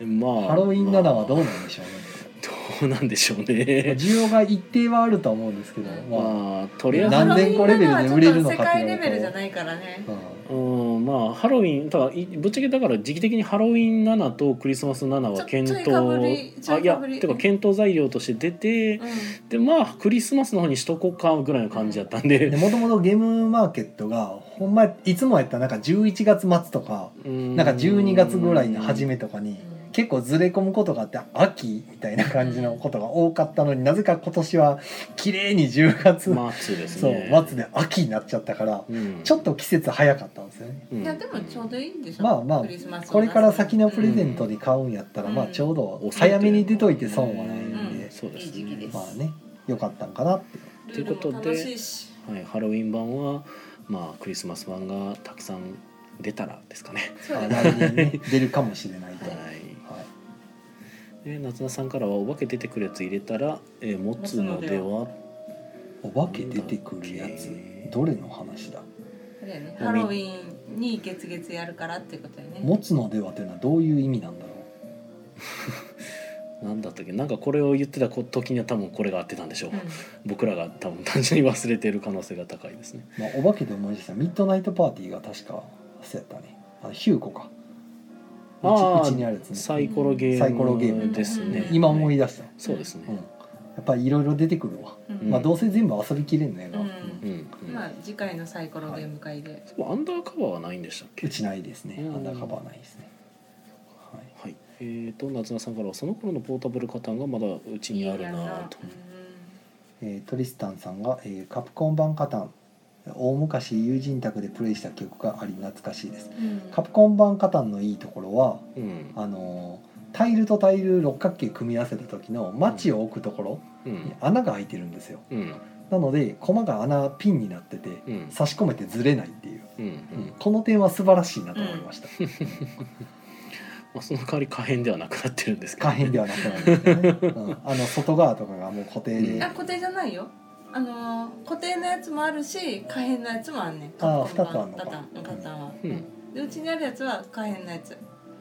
うんまあ
ハロウィン7はどう
ま
なんでしょうね、
あどうなんでしょう
まあ
ね
需要が一定はあるとは思うんですけどまあ、
まあとりあえず
何千個レベルで売れるのかっていうのと
世界レベルじゃないからね
うん
うんまあハロウィンただいぶっちゃけだから時期的にハロウィン7とクリスマス7は検討
ちょちょいかぶりちょ
あ
い
い
か
や
ぶり
てか検討材料として出て
う
でまあクリスマスの方にしとこうかぐらいの感じだったん
で
で
もともとゲームマーケットがほんまいつもやったらなんか11月末とか
な
なんか12月ぐらいの初めとかに
うん
結構ずれ込むことがあって秋みたいな感じのことが多かったのになぜか今年は綺麗に10月、
末です
そう
ね
末で秋になっちゃったから
うん
ちょっと季節早かったんですよね。
うん
んいやでもちょうどいいんでしょ
まあまあ
クリスマスを
これから先のプレ
ゼ
ゼントに買うんやったら
うん
まあちょうど
遅いという
早めに出といて損はないん
うん
で
そうです
いい時期です
まあね良かったんかなって
ルールも楽しいし
はい、ハロウィン版はまあクリスマス版がたくさん出たらですかね
そう
あ
です
来年ね出るかもしれないと。
は
はい
いで夏菜さんからは「お化け出てくるやつ入れたら、えー持つのでは?
お化け出てくるやつどれの話だ
あれやねハロウィンに月月やるからってことよね
持つのではというのはどういう意味なんだろう」
なんだったっけなんかこれを言ってた時には多分これが合ってたんでしょう、
うん
僕らが多分単純に忘れてる可能性が高いですね
まあ、お化けで思い出したミッドナイトパーティーが確かそうやったねあヒューコか
あ
う
ー
ちうちにあるやつね
サイコロゲ
サイコロゲ
ー
ー
ム
ム
ですね
うん
今思い
出
出した、
そうですね
うん、やっぱりいろいろ出てくるわ、
うん
まあどうせ全部遊びきれんのやが、
う
うん
うんん、うん
まあ次回のサイコロゲーム会で
そうアンダーカバーはないんでしたっけ
うちないですね
うん
アンダーカバーないですね、は
は
い、
いえー、と夏菜さんからはその頃のポータブルカタンがまだうちにあるなぁと。
えートリスタンさんが、えーカプコン版カタン」大昔友人宅でプレイした記憶があり懐かしいですカプコン版カタンのいいところは
うん
あのータイルとタイル六角形組み合わせた時のマを置くところ
うん
に穴が開いてるんですよ
うん
なので駒が穴ピンになってて
うん
差し込めてずれないっていう、
うんう
うん
ん
この点は素晴らしいなと思いました、
まあ、その代わり可変ではなくなってるんですけど
可
ね、
変ではなくなるんですよね、うんあの外側とかがもう固定
うん
で
あ固定じゃないよあのー固定のやつもあるし可変のやつもあんねん
あー
カプコン
二つあんのか
パターンパターンは
うん
でうちにあるやつは可変のやつ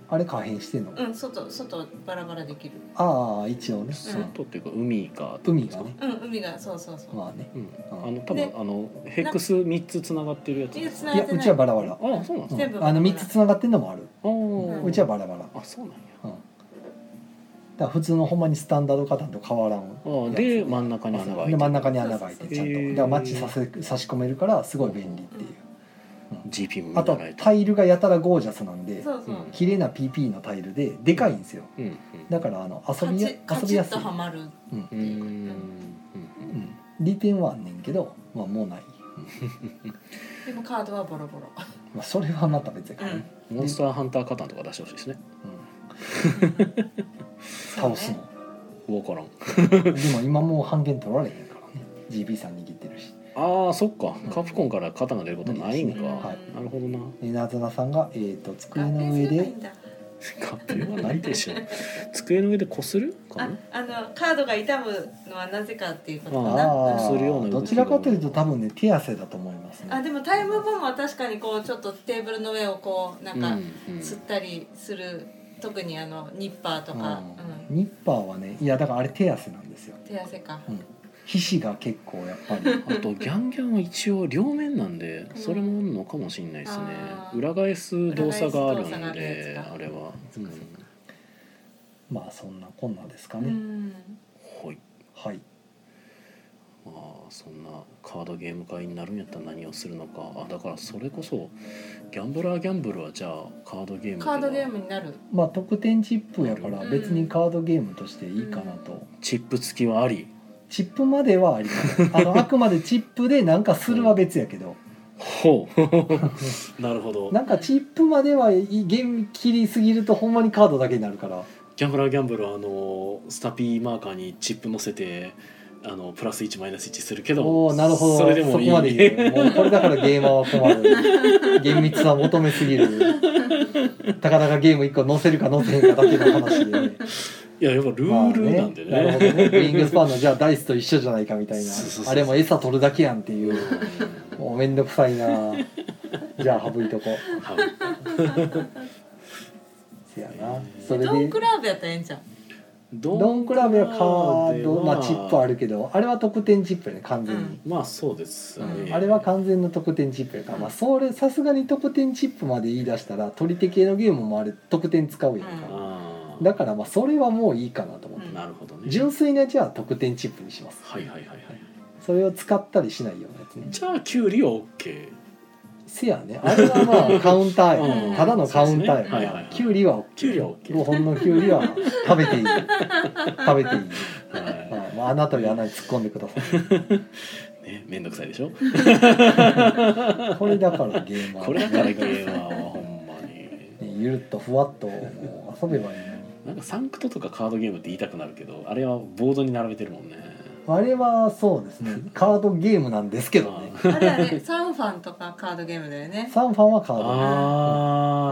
あれ可変してんの、
うん外外バラバラできる
ああ一応ね、
外っていうか海が
うん海がね
うん海がそうそうそう
まあね
うん、
うん
あの多
で
分あのヘックス三つつながってるやつ
いや繋
い
が
や
ってないう
ちはバラバラ、
あそうなん
う
だ
ん
全部
あの3つつながってんのもある、
あー
うちはバラバラ、うん、だ
あそうなんや
から普通のほんまにスタンダード型と変わらん
あーで真ん中に
まあ
穴
そ
が
う
開い
で真ん
て
中に穴が開いてちゃん
へ
と
ー
だからマッチさせ差し込めるからすごい便利っていう、
GP も
あ
見
と
られた
タイルがやたらゴージャスなんで
そうそう、
うん
綺麗な PP のタイルででかいんですよ
うんうん
だからあの
カチ
遊びや
カ
遊び
チ
や
ッ
す
と
い、
はまる
うん
うーんうん
うん、利点はあんねんけど、まあ、もうない、
でもカードはボロボロ
まあ、それはまた別やからね、
うんモンスターハンターカタンとか出してほしいですね
うん、倒すの
分からん
でも今もう半減取られへんからね GB さん握ってるし
あーそっか
うん
カプコンから肩が出ることないんか、
はい
なるほどな
えーなずなさんが、えー、と
合
机の
併
上
すればいい
で
んだ
合併はないでしょ机の上でこするか
あ
な
あのカードが傷むのはなぜかっていうことかな
あ
あ
ー
あ
するような動きが
どちらかというと多分ね手汗だと思います
あ
ね
でもタイムボムは確かにこうちょっとテーブルの上をこうなん
う
か
ん
吸ったりする、特にあのニッパーとか、
うんニッパーはねいやだからあれ手汗なんですよ
うん、手汗か
皮脂が結構やっぱり
[LAUGHS] あとギャンギャンは一応両面なんでそれもあるのかもしれないですね
あー
裏返す動作があるん
裏返す動作があるやつ
で
だ
あれは、う
そっかそっか
ん、
まあそんなこんなですか
う
ね、
ん
はい
はい
まあそんなカードゲーム会になるんやったら何をするのかあだからそれこそギャンブラーギャンブルはじゃあカードゲームで
カ
は
ードゲームになる
まあ得点チップやから別にカードゲームとしていいかなと、
チップ付きはあり
チップまではありか
[LAUGHS]
なあのあくまでチップでなんかするは別やけど、
ほ [LAUGHS] うなるほど
なんかチップまではいいゲーム切りすぎるとほんまにカードだけになるから
ギャンブラーギャンブルはあのスタピーマーカーにチップ乗せてあのプラス1マイナス1するけど
おおなるほど
そ
そ
れでもいい
こまで言うもうこれだからゲーマーは困
[LAUGHS]
る厳密さを求めすぎるたかだかゲーム1個載せるか載せへんかだけの話で、
[LAUGHS] いややっぱルールなんでね,、
まあなるほどねウィングスパンのじゃあダイスと一緒じゃないかみたいな
そうそうそうそう
あれも餌取るだけやんっていうもうめんどくさいなじゃあ省いとこ
はい
せやなそれで
ドンクラーブやったらええんじゃん
ド
ドンクラブはカード、まあ、チップあ
る
るけどあれは得点チップやね完全に、
まあそうですね、
うん
あれは完全の得点チップやから、まあ、それさすがに得点チップまで言い出したら取り手系のゲームもあれ得点使うやんか、
あ
だからまあそれはもういいかなと思って、
らなるほどね
純粋なやつは得点チップにします
はいはいはいはい
それを使ったりしないようなやつね
じゃあキュウリは OK
せやねあれはまあカウンターやね、
うん
[LAUGHS] ただのカウンターやか
そうですねはいはい
ら
はい
キュウリは OK
キュウリは OK
5本のキュウリは食べ
[LAUGHS]
ていい食べていい、
は
はいまあ、穴という穴に突っ込んでください
い
[LAUGHS]
ねめんどくさいでしょ
これだからゲーマー
これだからゲーマーはほんまに
ねゆるっとふわっともう遊べばいいのに
なんかサンクトとかカードゲームって言いたくなるけどあれはボードに並べてるもんね
あれはそうですねカードゲームなんですけどね
あれあれ [LAUGHS] サンファンとかカードゲームだよね
サンファンはカード
あ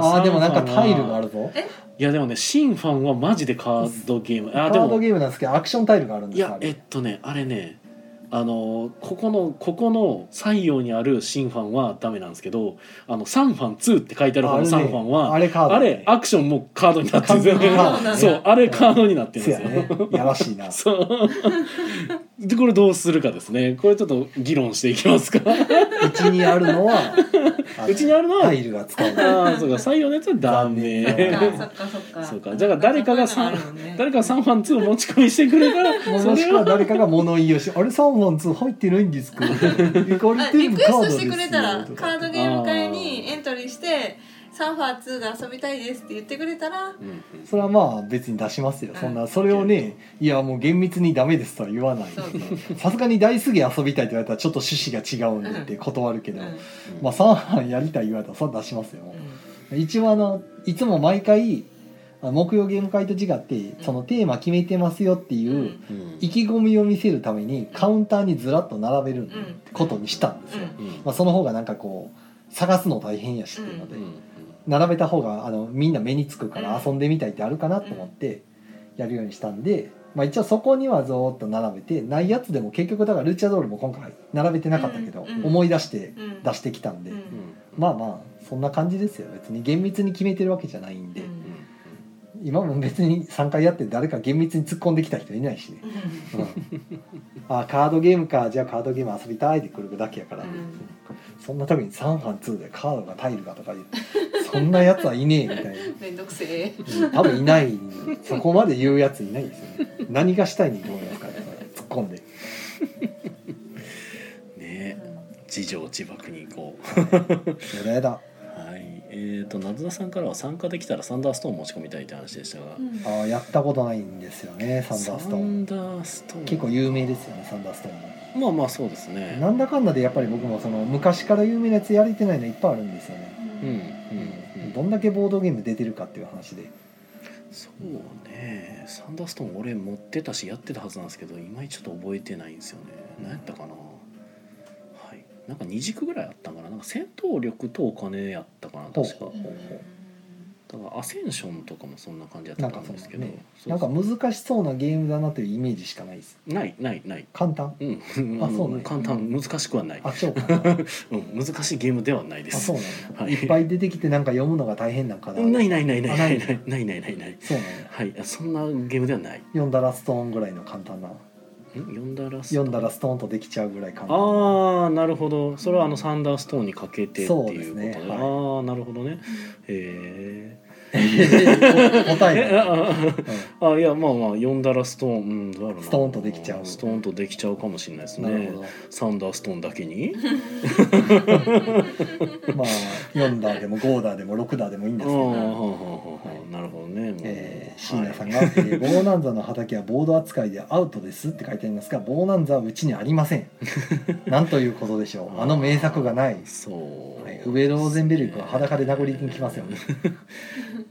ああーでもなんかタイルがあ
る
るぞ
え
いやでもねシンファンはマジでカードゲームあ
カ
ーで
ード
も
ゲームなんですけどアクションタイルがあるんで
い
すよ
や
あれ
えっとねあれねあのここのここの西洋にあるシンファンはダメなんですけどあのサンファン2って書いてある方
あ
の
れね
サンファンは
あれカード
あれアクションもカードになってるんですよ
完全にカード
ね
ね
そうあれカードになってるん
せ
で
や
すよ、
ねやらしいな
そうでこれどうするかですねこれちょっと議論していき
[LAUGHS]
ますか
うちにある
[LAUGHS]
のはあ
うちにあるのは
タイルが使う
ああそうか採用のやつはダメ
え
そ
残
っかそっかそっか
そうかだから誰かが
そう
さ
いうのあるもんね
誰か3番2を持ち込みしてくれたらそ
もし
れ
くは
は
誰かが物言いをして「あれサンファン2入ってないんです
[LAUGHS]
か?」え「あれ
あ
全
リ
部
クエス
カード
ト
です
して
よ
くれたら」
と
カ
か
ードゲーム会にエントリーしてサーファー2が遊びたいですって言ってくれたら
うんうん
それはまあ別に出しますよそんなそれをねいやもう厳密にダメですとは言わない
そうそう
さすがに大すぎ遊びたいって言われたらちょっと趣旨が違うんでって断るけ
う
ど、
んうん
まあサーファーやりたい言われたらそれは出しますよ、一応あのいつも毎回あの木曜ゲーム会と違ってそのテーマ決めてますよっていううん
うん
意気込みを見せるためにカウンターにずらっと並べることにしたんですよ、
うん
うん
まあ、その方がなんかこう探すの大変やしっていうので、
うんうん
並べた方があのみんな目につくから
うん
遊んでみたいってあるかなと思ってやるようにしたんで、まあ、一応そこにはぞーっと並べてないやつでも結局だからルチャドールも今回並べてなかったけど、
うん
思い出して
うん
出してきたんで、
うん
まあまあそんな感じですよ別に厳密に決めてるわけじゃないんで、
うん
今も別に3回やって誰か厳密に突っ込んできた人いないしね、うん、あカードゲームかじゃあカードゲーム遊びたいってくるだけやから、
うん
そんな時に3班2でカードがタイルがとか言うそんなやつはいねえみたいな。
めんどくせえ
多分いないそこまで言うやついないですよね何がしたいにどうですかね突っ込んで
ね自情自爆に行こう
それだ
はいえっ、となずなさんからは参加できたらサンダーストーン持ち込みたいって話でしたが、
うん
あーやったことないんですよねサンダーストーン
サンダーストーン
結構有名ですよねサンダーストーンも
まあまあそうですね
なんだかんだでやっぱり僕もその昔から有名なやつやれてないのいっぱいあるんですよね、
うんうんうん
どんだけボードゲーム出てるかっていう話で
そうねサンダーストーン俺持ってたしやってたはずなんですけどいまいちちょっと覚えてないんですよね何やったかなはいなんか2軸ぐらいあったんかななんか戦闘力とお金やったかな
ほう
確か
うん
だからアセンションとかもそんな感じだったと思うんですけど
なんか
そう
なんか難しそうなゲームだなというイメージしかないです
ないないない
簡単
うん
あ
[LAUGHS] あの
そうなんや
簡単難しくはない
あそうか [LAUGHS] なあ
うん難しいゲームではないです
そうなんだ、
はい
い、っぱい出てきてなんか読むのが大変なんかな
ないないないないな
あないい
ないないないないない
そうなんだ
はいそんなゲームではないん
読んだらストーンぐらいの簡単な
読んだらストーン
読んだらストーンとできちゃうぐらい簡単な
ああなるほどそれはあのサンダーストーンにかけてっていうこと
そうです
で
ねはい
ああなるほどねへえ
答
え
え
[LAUGHS]
ない、うん
あああいやまあまあ呼んだらストーン、うん、どうやろうな
ストーンとできちゃう
ストーンとできちゃうかもしれないです
なる
ね
ほ
サンダーストーンだけに
どまあ4ダーでも5ダーでも6ダーでもいいん
あ
です
あ
けど、
はい、なるほどねもう
えー、椎名さんが、えーボーナンザの畑はボード扱いでアウトです」って書いてありますがボーナンザはうちにありま
[LAUGHS]
せんなんということでしょうあの名作がない
そう、
はい上ローゼンベルクは裸で殴りに来ますよね
だか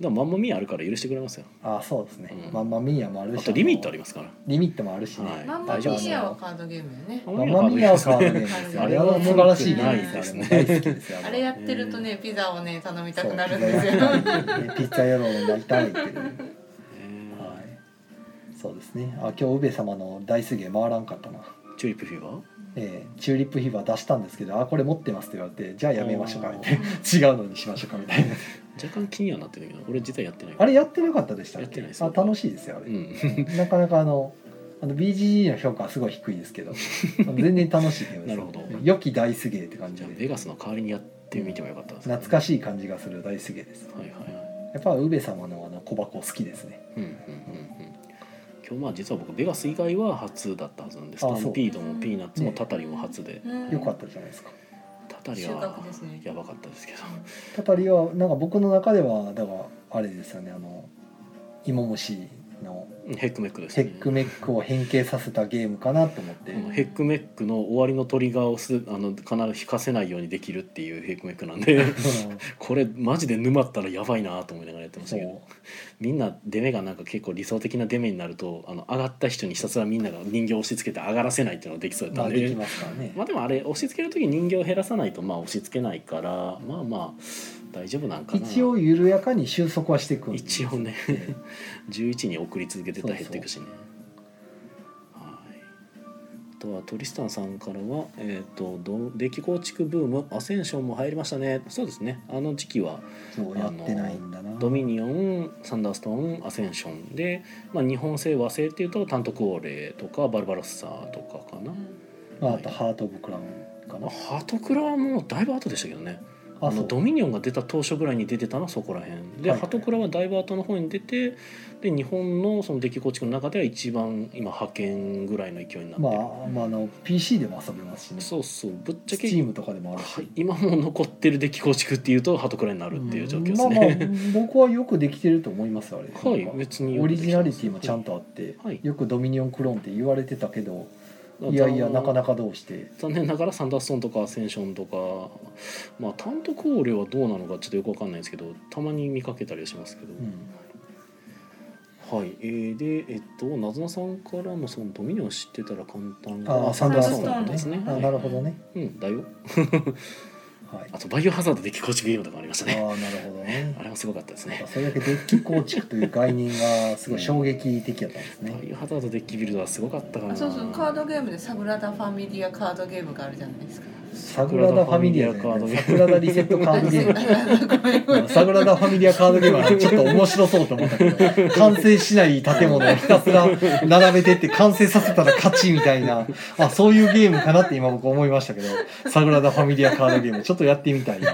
らマンマミーあるから許してくれますよ
ああそうですね、
うん
まあまあミーアもある
あ
し
とリミットあり
の
ますから
リミットもあるしね、
はい
マンマミーアはカードゲームよね
マ
まあマミーアは変わるね
[LAUGHS]
はい
あれは素晴らしいゲ
な
ー
い
ム
で
ですす
ね
ね大好きですよ
あれやってるとねピザをね頼みたくなるん
そう
ですよ
ピッツァ野郎になりたいっていう、は
え
い、そうですねあ今日宇部様の大すげ回らんかったな、
ーチューリップフィーバー
えーチューリップフィーバー出したんですけど「あこれ持ってます」って言われて「じゃあやめましょうか」みた
お
いな「違うのにしましょうか」みたい
[LAUGHS]
な
若干気にはなってるけど俺実はやってない
あれやってなかったでしたっ
やって
け
ないです
あ楽しいですよあ
う
れ、
ん
なかなかあのあの BGG の評価はすごい低いで
[LAUGHS]
すけど全然楽しいゲームで
な
す
るほど
良き大すげーって感
じ
じ
ゃあ
で
ベガスの代わりにやってみてもよかったですね、
懐かしい感じがする大すげーです
はいはいはい
やっぱ宇部様のあの小箱好きですね
うんうんうんうん今日まあ実は僕ベガス以外は初だったはずなんです
あそ
ス
う
ピードもピーナッツも
ね
タタリも初で、
うん
よかったじゃないですか
タタリ
収
は
穫ですね
やばかったですけど
たたりはなんか僕の中ではだからあれですよねあの芋虫の
うんヘックメックです
ヘ
ね
ックメックを変形させたゲームかなと思って、
うんヘックメックの終わりのトリガーをすあの必ず引かせないようにできるっていうヘックメックなん
[LAUGHS]
でこれマジで沼ったらやばいなと思いながらやってました
そ
けど
う
みんなデメがなんか結構理想的なデメになるとあの上がった人にひたすらみんなが人形を押し付けて上がらせないっていうのができそうだった
まあ
ん
で
で
きますからね、
まあでもあれ押し付ける時人形を減らさないとまあ押し付けないからまあまあ大丈夫なんかな
一応緩やかに収束はしていくんです
一応ね [LAUGHS] 11に送り続けてたら減っていくしねはいあとはトリスタンさんからは「えー、とどデッキ構築ブームアセンションも入りましたね」そうですねあの時期は
そうやってないんだな
ドミニオンサンダーストーンアセンションで、まあ、日本製和製っていうとタントクオーレとかバルバロッサーとかかな、
まあ、あとハート・オブ・クラウンか
ま
な
あ、ハトクラはもうだいぶ後でしたけどねあ
あそ
の
う
ドミニオンが出た当初ぐらいに出てたのはそこら辺で、
はい
ハトクラはだいぶ後の方に出てで日本のその出来構築の中では一番今派遣ぐらいの勢いになって
ま
る、
あまああの PC でも遊べますしね
そうそうぶっちゃ
ス
け
チームとかでもあるし、
はい今も残ってる出来構築っていうとハトクラになるっていう状況です
まあま
ね、
あ僕はよくできてると思いますよあれ、
[LAUGHS] はい
なんか
別に
オリジナリティもちゃん
と
とあって、
はい
よくドミニオンクローンって言われてたけどいやいやなかなかどうして
残念ながらサンダーストーンとかアセンションとかまあ単独王領はどうなのかちょっとよくわかんないですけどたまに見かけたりはしますけど、
うん
はい、えー、で、えっと、なずなさんからもそのドミニオン知ってたら簡単
ああサンダーストーン
のですね。
あ
はい
なるほどね
うん、だよ。
はい
あと、バイオハザードで構築ゲームとかありました
ああ
ね。
なるほどね
あれもすごかったですね。
それだけデッキ構築という概念がすごい衝撃的やったんです
バ
ね、
イオハザードデッキビルドはすごかったか
あ
な。
そうそうカードゲームでサグラダ・ファミリアカードゲームがあるじゃないですか。
サグラダ・ファミリアじゃないサグラダ・リセットカードゲー
ごめんごめん
ムサグラダ・ファミリアカードゲームはちょっと面白そうと思ったけど完成しない建物をひたすら並べてって完成させたら勝ちみたいなあそういうゲームかなって今僕思いましたけどサグラダ・ファミリアカードゲームちょっとやってみたいな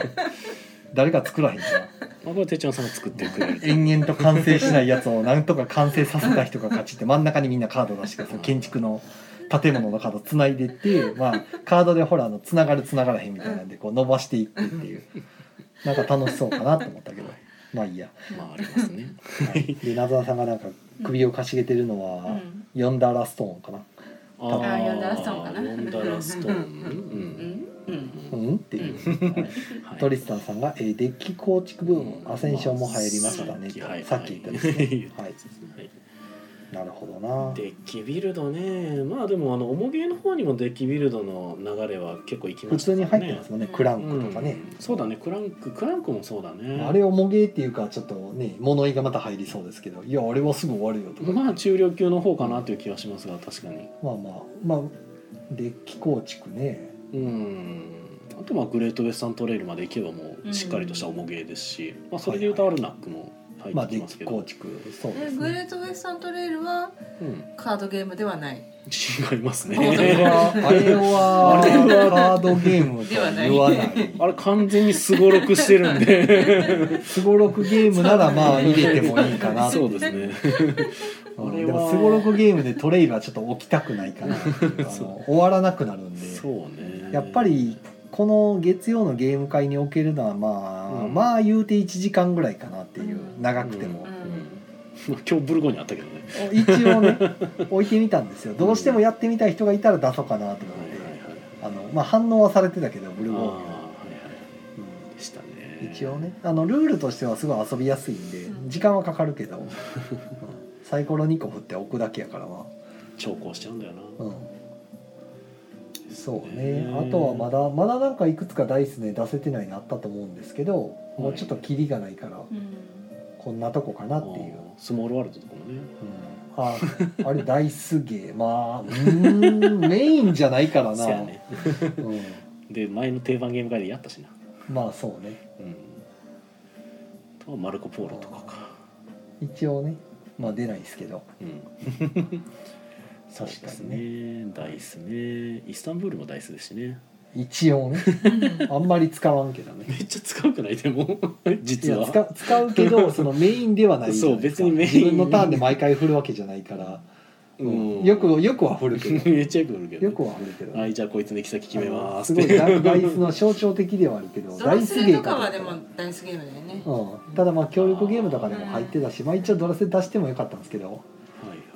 誰か作らへんかな
まあ、これ、てっちゃんさんが作ってくれる。
[LAUGHS] 延々と完成しないやつをなんとか完成させた人が勝ち [LAUGHS] って真ん中にみんなカード出してください建築の建物のカードつないでって、まあ、カードでほらあのつながるつながらへんみたいなんでこう伸ばしていってっていうなんか楽しそうかなと思ったけどまあいいや、
[LAUGHS]
まあ、ありますね。
はい、で謎田さんがなんか首をかしげてるの
う
は、
ん
ヨンダーラストーンかな
あ
あー呼んだらストーンかな
呼んだらストーン。うん。
う
うんんっていう、はい
はい
トリスタンさんが、えーデッキ構築ブームアセンションも流行りましたねと、
はい
さっき言ったですね、
は
はいい、
はい
なるほどな
デッキビルドねまあでもあの重ゲーの方にもデッキビルドの流れは結構いき
普
ました
通
ね
に入ってますもんねクラン
う
ク
ん
とかね、
そうだねクランククランクもそうだね
あれをもげっていうかちょっとね物言いがまた入りそうですけどいやあれはすぐ終わるよとか、まあ、
まあ中量級の方かなという気はしますが確かに
まあまあデッキ構築ね
うんあとまあグレートウェスタントレイルまで行けばもうしっかりとした重ゲーですし、まあ、それで言うとアルナックも入
まあ
って
デ
きま
ッ
す
キ
けど、
構築そうで
え
す
グレ
ね
ートウェスタントレイルは
うん、
カードゲームではない。
違いますね
あれはあれは
あれ
カードゲームとは言わない
あれ完全にすごろくしてるん
[LAUGHS]
で
すごろくゲームならまあ入れてもいいかなってい
そうですね
うん
あれ
で
は
もすごろくゲームでトレイルはちょっと起きたくない [LAUGHS] かなっていうあの終わらなくなるんで
そうね
やっぱりこの月曜のゲーム会におけるのはまあ、
うん
まあ言うて1時間ぐらいかなっていう
うん
長くても、
うん、今日ブルゴーニュあったけどね
一応ね置いてみたんですよどうしてもやってみたい人がいたら出そうかなと思っ
はい
て、
はいはい
あのまあ、反応はされてたけどブル
あー
ボー
は
ニ
い
ュは、
はいでした
う
ね
ん一応ねあのルールとしてはすごい遊びやすいんで
うん
時間はかかるけど、うんサイコロ2個振って置くだけやからは、
調校しちゃうんだよな、
うん、そう
ね
ねあとはまだまだなんかいくつかダイスね出せてないのあったと思うんですけどもうちょっとキリがないからこんなとこかなっていう、
あースモールワールドとかもね
うんああれダイスゲ
[LAUGHS]
ーまあうーんメインじゃないからな、
そうやね
う
で前の定番ゲーム会でやったしな、
ん、まあそうね
うん、あとはマルコ・ポーロとかか、
一応ねまあ出ないですけど
[LAUGHS] うん、そう
確
で
か
す
にね
ねダイスねイスタンブールもダイスですしね
一応ね
うん
あんまり使わんけどね
めっちゃ使うくないでも
い
[LAUGHS] 実
や
は
使う使う
[LAUGHS]
けどそのメインではないじゃないですか
そう別にメイン
自分のターンで毎回振るわけじゃないから、
うん
よくよくは振
[LAUGHS]
るけど
めっちゃよく売るけど
よくは振るけど、
はいじゃあこいつの行き先決めまーす
あのすごいダダイ [LAUGHS] スの象徴的ではあるけど
ドラスレとか
思
は
った
でもダイスゲームだよね。
うん、ただまあ協力ゲームとかでも入ってたし、まあ、一応ドラセ出してもよかったんですけど
はい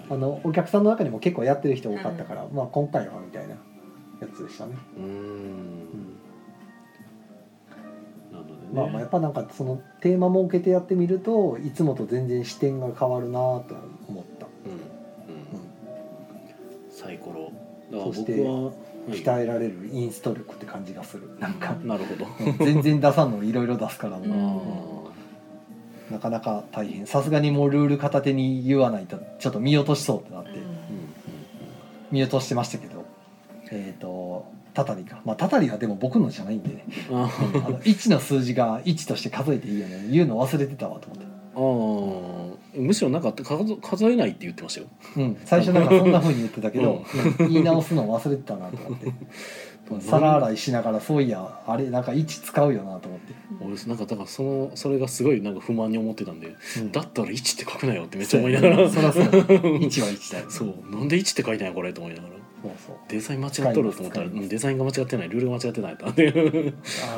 あ
はい
のお客さんの中にも結構やってる人多かったから、まあ、今回はみたいなやつでしたね、
うー
うん
んなのでね、
まあ、まあやっぱなんかそのテーマ設けてやってみるといつもと全然視点が変わるなと思った、
うんうん
う
サイコロだから
そして
僕
ん、
は、は
鍛えられるインスト力って感じがするなんか
い、なるほど、
うん全然出さんのいろいろ出すからもう、
うん
なかなか大変さすがにもうルール片手に言わないとちょっと見落としそうってなって、
うん
見落としてましたけどえっ、とたたりかまあたたりはでも僕のじゃないんでね
うんあ
あの1の数字が1として数えていいよね言うの忘れてたわと思って
あーむしろなんか数数えないって言ってましたよ
うん、最初なんかそんな風に言ってたけど、うん言い直すの忘れてたなと思って皿洗いしながらそういやあれなんか位置使うよなと思って、
俺なんかだからそのそれがすごいなんか不満に思ってたんで
うん
だったら1って書くなよってめっちゃ思いながら
そ
[LAUGHS]
らそう位置は位置だよ
そ
そう
うなんで1って書いてないこれと思いながら
そう
デザイン間違っとると思ったら
使います使います
うんデザインが間違ってないルールが間違ってないと思って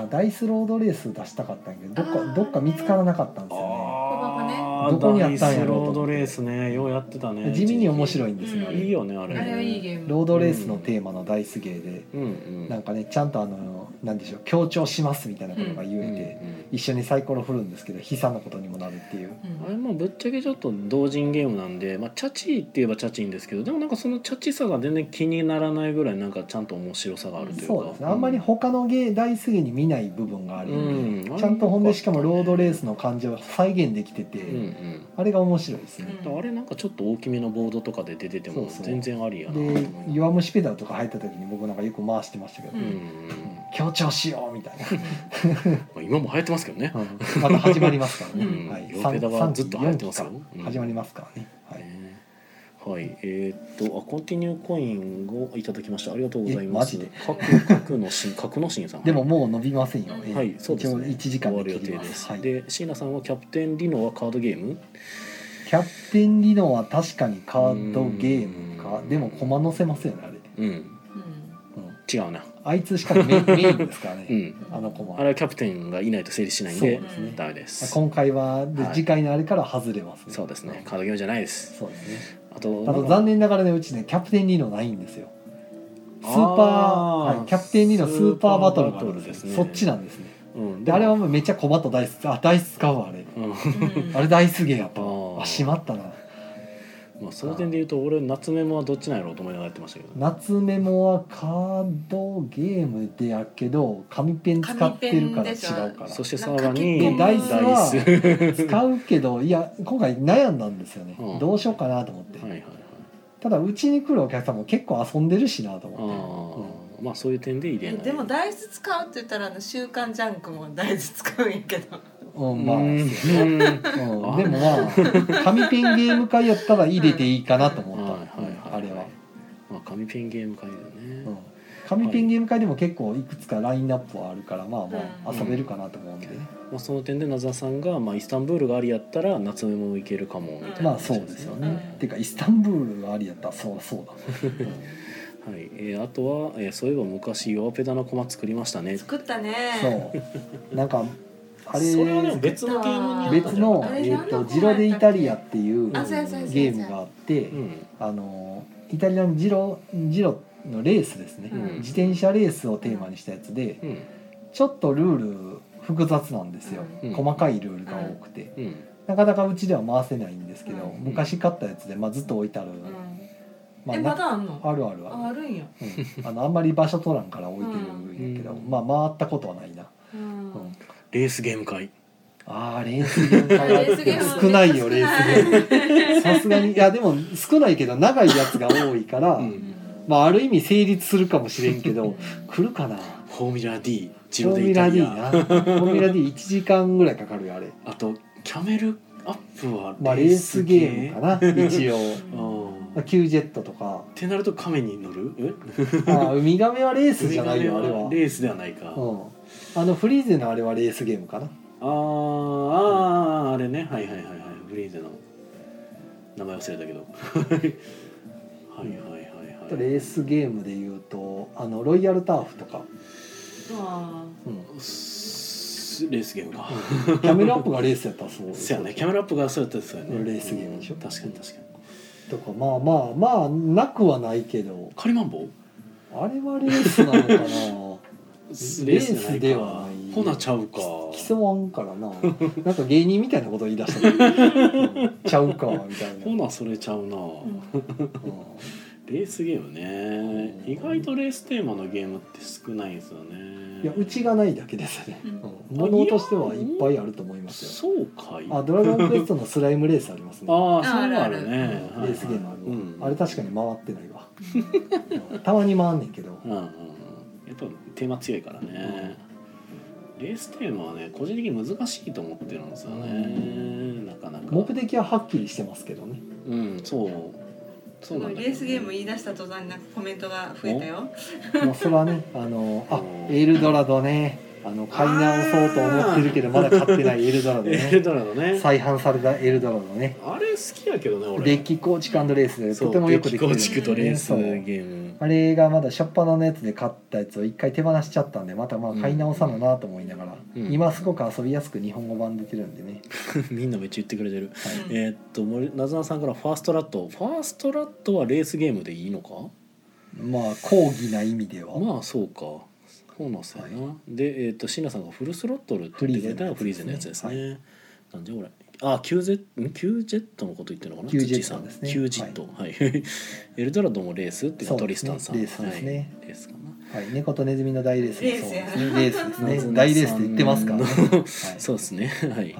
あーダイスロードレース出したかったんやけどどっ
あ
か
ー
どっか見つからなかったんですよ
あ
ーどこにあったん
ダイス
やろうと
ロードレースねようやってたね
ね地味に面白いんですよ、
うん
いいよねあれ
あれはいいゲーム
ロードレースのテーマのダイスゲーで、
うんうん
なんかねちゃんとあのなんでしょう強調しますみたいなことが言えて、
うん
一緒にサイコロ振るんですけど悲惨なことにもなるっていう
うんあれもぶっちゃけちょっと同人ゲームなんで、まあ、チャチーって言えばチャチーんですけどでもなんかそのチャチさが全然気にならないぐらいなんかちゃんと面白さがあるというか
そうですねあんまり他のゲーダイスゲーに見ない部分があるんで、
うん
ちゃんとほんでしかもロードレースの感じを再現できてて、
うんうん
あれが面白いですね、
だからあれなんかちょっと大きめのボードとかで出てても
そうそう
全然ありやなと
で
思いま
弱虫ペダルとか入った時に僕なんかよく回してましたけど、
う
すうんん
強調しようみたい
[LAUGHS] まあ今も流行ってますけどね
な、また始まりますからね、
うん
はい、
両ペダは
三
ずっと流行ってますよ
四期か
うん
始まりますからね、はい、
ねはい、えーっとあコンティニューコインをいただきましたありがとうござい
え
ま
マ
す
ジで
角角のしん [LAUGHS] 角のしんさん
でももう伸びませんよ、えー
はい、そうです、ね、
一応1時間
終わる予定
で切りま
です、
す、はい、キ
で椎名さんは「キャプテンリノはカードゲーム?
ャプテンリノは確かにカードゲームか
うん
でも駒乗せますよねあれ」
うん違うな
あいつしかも
[LAUGHS]
メインメインですからね、
うん
あの駒
あれはキャプテンがいないと成立しないんで
そう
ですね
ダメです
今回はで
はい
次回のあれから外れます、
そうですねカードゲームじゃないです
そうですね
あと
あと残念ながらねうちねキャプテンリノないんですよスー
あ
パ
ー
ー、はい、キャプテンリノスーパーバトルがあるんです
スーパーバトルですね
そっちなんですね
うん
であれはもうめっちゃコマとダイスあダイス使うわあれ
うん [LAUGHS]
あれダイスゲーやった
あー
あしまったな
まあその点で言うと俺夏メモはどっちなんやろうと思いながらやってましたけど
夏メモはカードゲームでやけど紙ペン使ってるから違うから
そしてサーバーに
でダイスは
ダイス
使うけどいや今回悩んだんですよね、
うん
どうしようかなと思って、
はいはいはい
ただうちに来るお客さんも結構遊んでるしなと
あ
思って、
ーまあそういう点で入れ
え
ない
でもダイス使うって言ったらあの「週刊ジャンク」もダイス使うんやけど
う
うんん
まあ、うんでもまあ紙ペンゲーム会やったら入れていいかなと思った、
はいはいはい
うんあれは、
[LAUGHS] まあ紙ペンゲーム会だよ
う
ね
ん、紙ペンゲーム会でも結構いくつかラインナップはあるからまあまあ
うん
遊べるかなと思うんで、
まあその点で名沢さんがまあイスタンブールがありやったら夏メモいけるかもみたいな
まあそうですよね、
うん
ていうかイスタンブールがありやったらそうそうだ、
はい、えーあとは、えーそういえば昔弱ペダの駒作りましたね。
作ったね
そうなんかあれ
それはでも別のゲームにあったん
別
じゃない
の
かな
あ
「え
れ
ー、とジロデ・イタリア」っていう
あそうやそうやそうや
ゲームがあって
うん、
あのイタリアのジロジロのレースですね、
うん
自転車レースをテーマにしたやつで
うん、
ちょっとルール複雑なんですよ、
うん
細かいルールが多くて、
うん、
なかなかうちでは回せないんですけど、
うん
昔買ったやつで、まあ、ずっと置いてある、
うん
まあ、
え
な
まだあんの
あるあるある
ああるんや
うんあのあんまり場所取らんから置いてるんやけど、
うん
まあ回ったことはないな、
うん
うん
レースゲーム会。
あーレースゲーム会は
レースゲームは
少ないよレースゲーム
ーム
さすがにいやでも少ないけど長いやつが多いから、
うん
まあある意味成立するかもしれんけど来るかな
フォーミュラ D、ジ
フ
ロ
ォー
デ
ミ
イ
ュ
タ
ラ
リ
D
ア。
なフォーミュラ D1 時間ぐらいかかるよあれ
あとキャメルアップは
まあレースゲーム
な。
かな一応
うん
まあ
っ
キュージェットとか
てなると亀に乗る？え
あーウミガメはレースじゃないよあれは、
レースではないか。あ
うん、あのフリーゼのあれはレースゲームかな
あーあーあれね、はいはいはいはい、フリーゼの名前忘れた
[LAUGHS]
けど。はいはいはいはい。
レースゲームでいうとあのロイヤルターフとか、
レースゲームか。
キャメルアップがレースやったらそう
そうやね、キャメラアップがそうやったですよね。
レースゲームでしょ
うん確かに確かに。
とかまあまあまあなくはないけど
カリマンボウ
あれはレースなのかな
レ
ースではない
ほなちゃうか。
競わんからななんか芸人みたいなこと言い出したけどうんちゃうかみたいな、
ほなそれちゃうな。
う
レースゲームね
う。ん
意外とレーステーマのゲームって少ないんですよね。
ん、いやうちがないだけですね、うん、
あ
物としてはいっぱいあると思いますよ
そうかい。
あ
あ
ドラゴンクエストのスライムレースありますね
あ、そうある
うん
ね。はいはい
レースゲームあるわ、
うん
あれ確かに回ってないわうんたまに回んねんけど
うんうんうん。やっぱテーマ強いからね。レーステーマはね個人的に難しいと思ってるんですよねなかなか
目的ははっきりしてますけどね
うんそうそうなんだけどね
レースゲーム言い出した途端になんかコメントが増えたよ。
もうそれはねあのあ
お
エルドラドねあの買い直そうと思ってるけどまだ買ってないエルドラ
[LAUGHS]
ド
エル
ね
ドラのね
再販されたエルドラドね
あれ好きやけどね俺
デッキ構築レースで
そう
とてもよくできてるん
デッ
です
キ
よ
構築とレース
そう
ゲーム
あれがまだ初っ端のやつで買ったやつを一回手放しちゃったんでまたまあ買い直さななと思いなが
う
ら、
ん
今すごく遊びやすく日本語版出てるんでね、
みんなめっちゃ言ってくれてる
うん
えーっと森なずなさんからファーストラットファーストラットはレースゲームでいいのか
まあ講義な意味では、
まあそうかそうなんすよな、でえーっと椎名さんがフルスロットルって言ってくれたのがフ
フ
リ
リ
ーゼの
ーゼの
や
や
つ
つ
で
ですす
ね
ね
なんじゃこれあ Q ゼん Q ジェットのこと言ってるのかな
Q
土井さん
ジェットですね
Q ジェットはい、 [LAUGHS] エルドラドもレースっていうのはトリスタンさん、
そうですねレースですね
はい、レースかな
はい、猫とネズミの大レースもそうですね
レ
レ
ー
ー
スや
ス
な
ですね大レースって言ってますからね、
な
は
ずなさんの [LAUGHS]
い
そうですねはい、は
はい、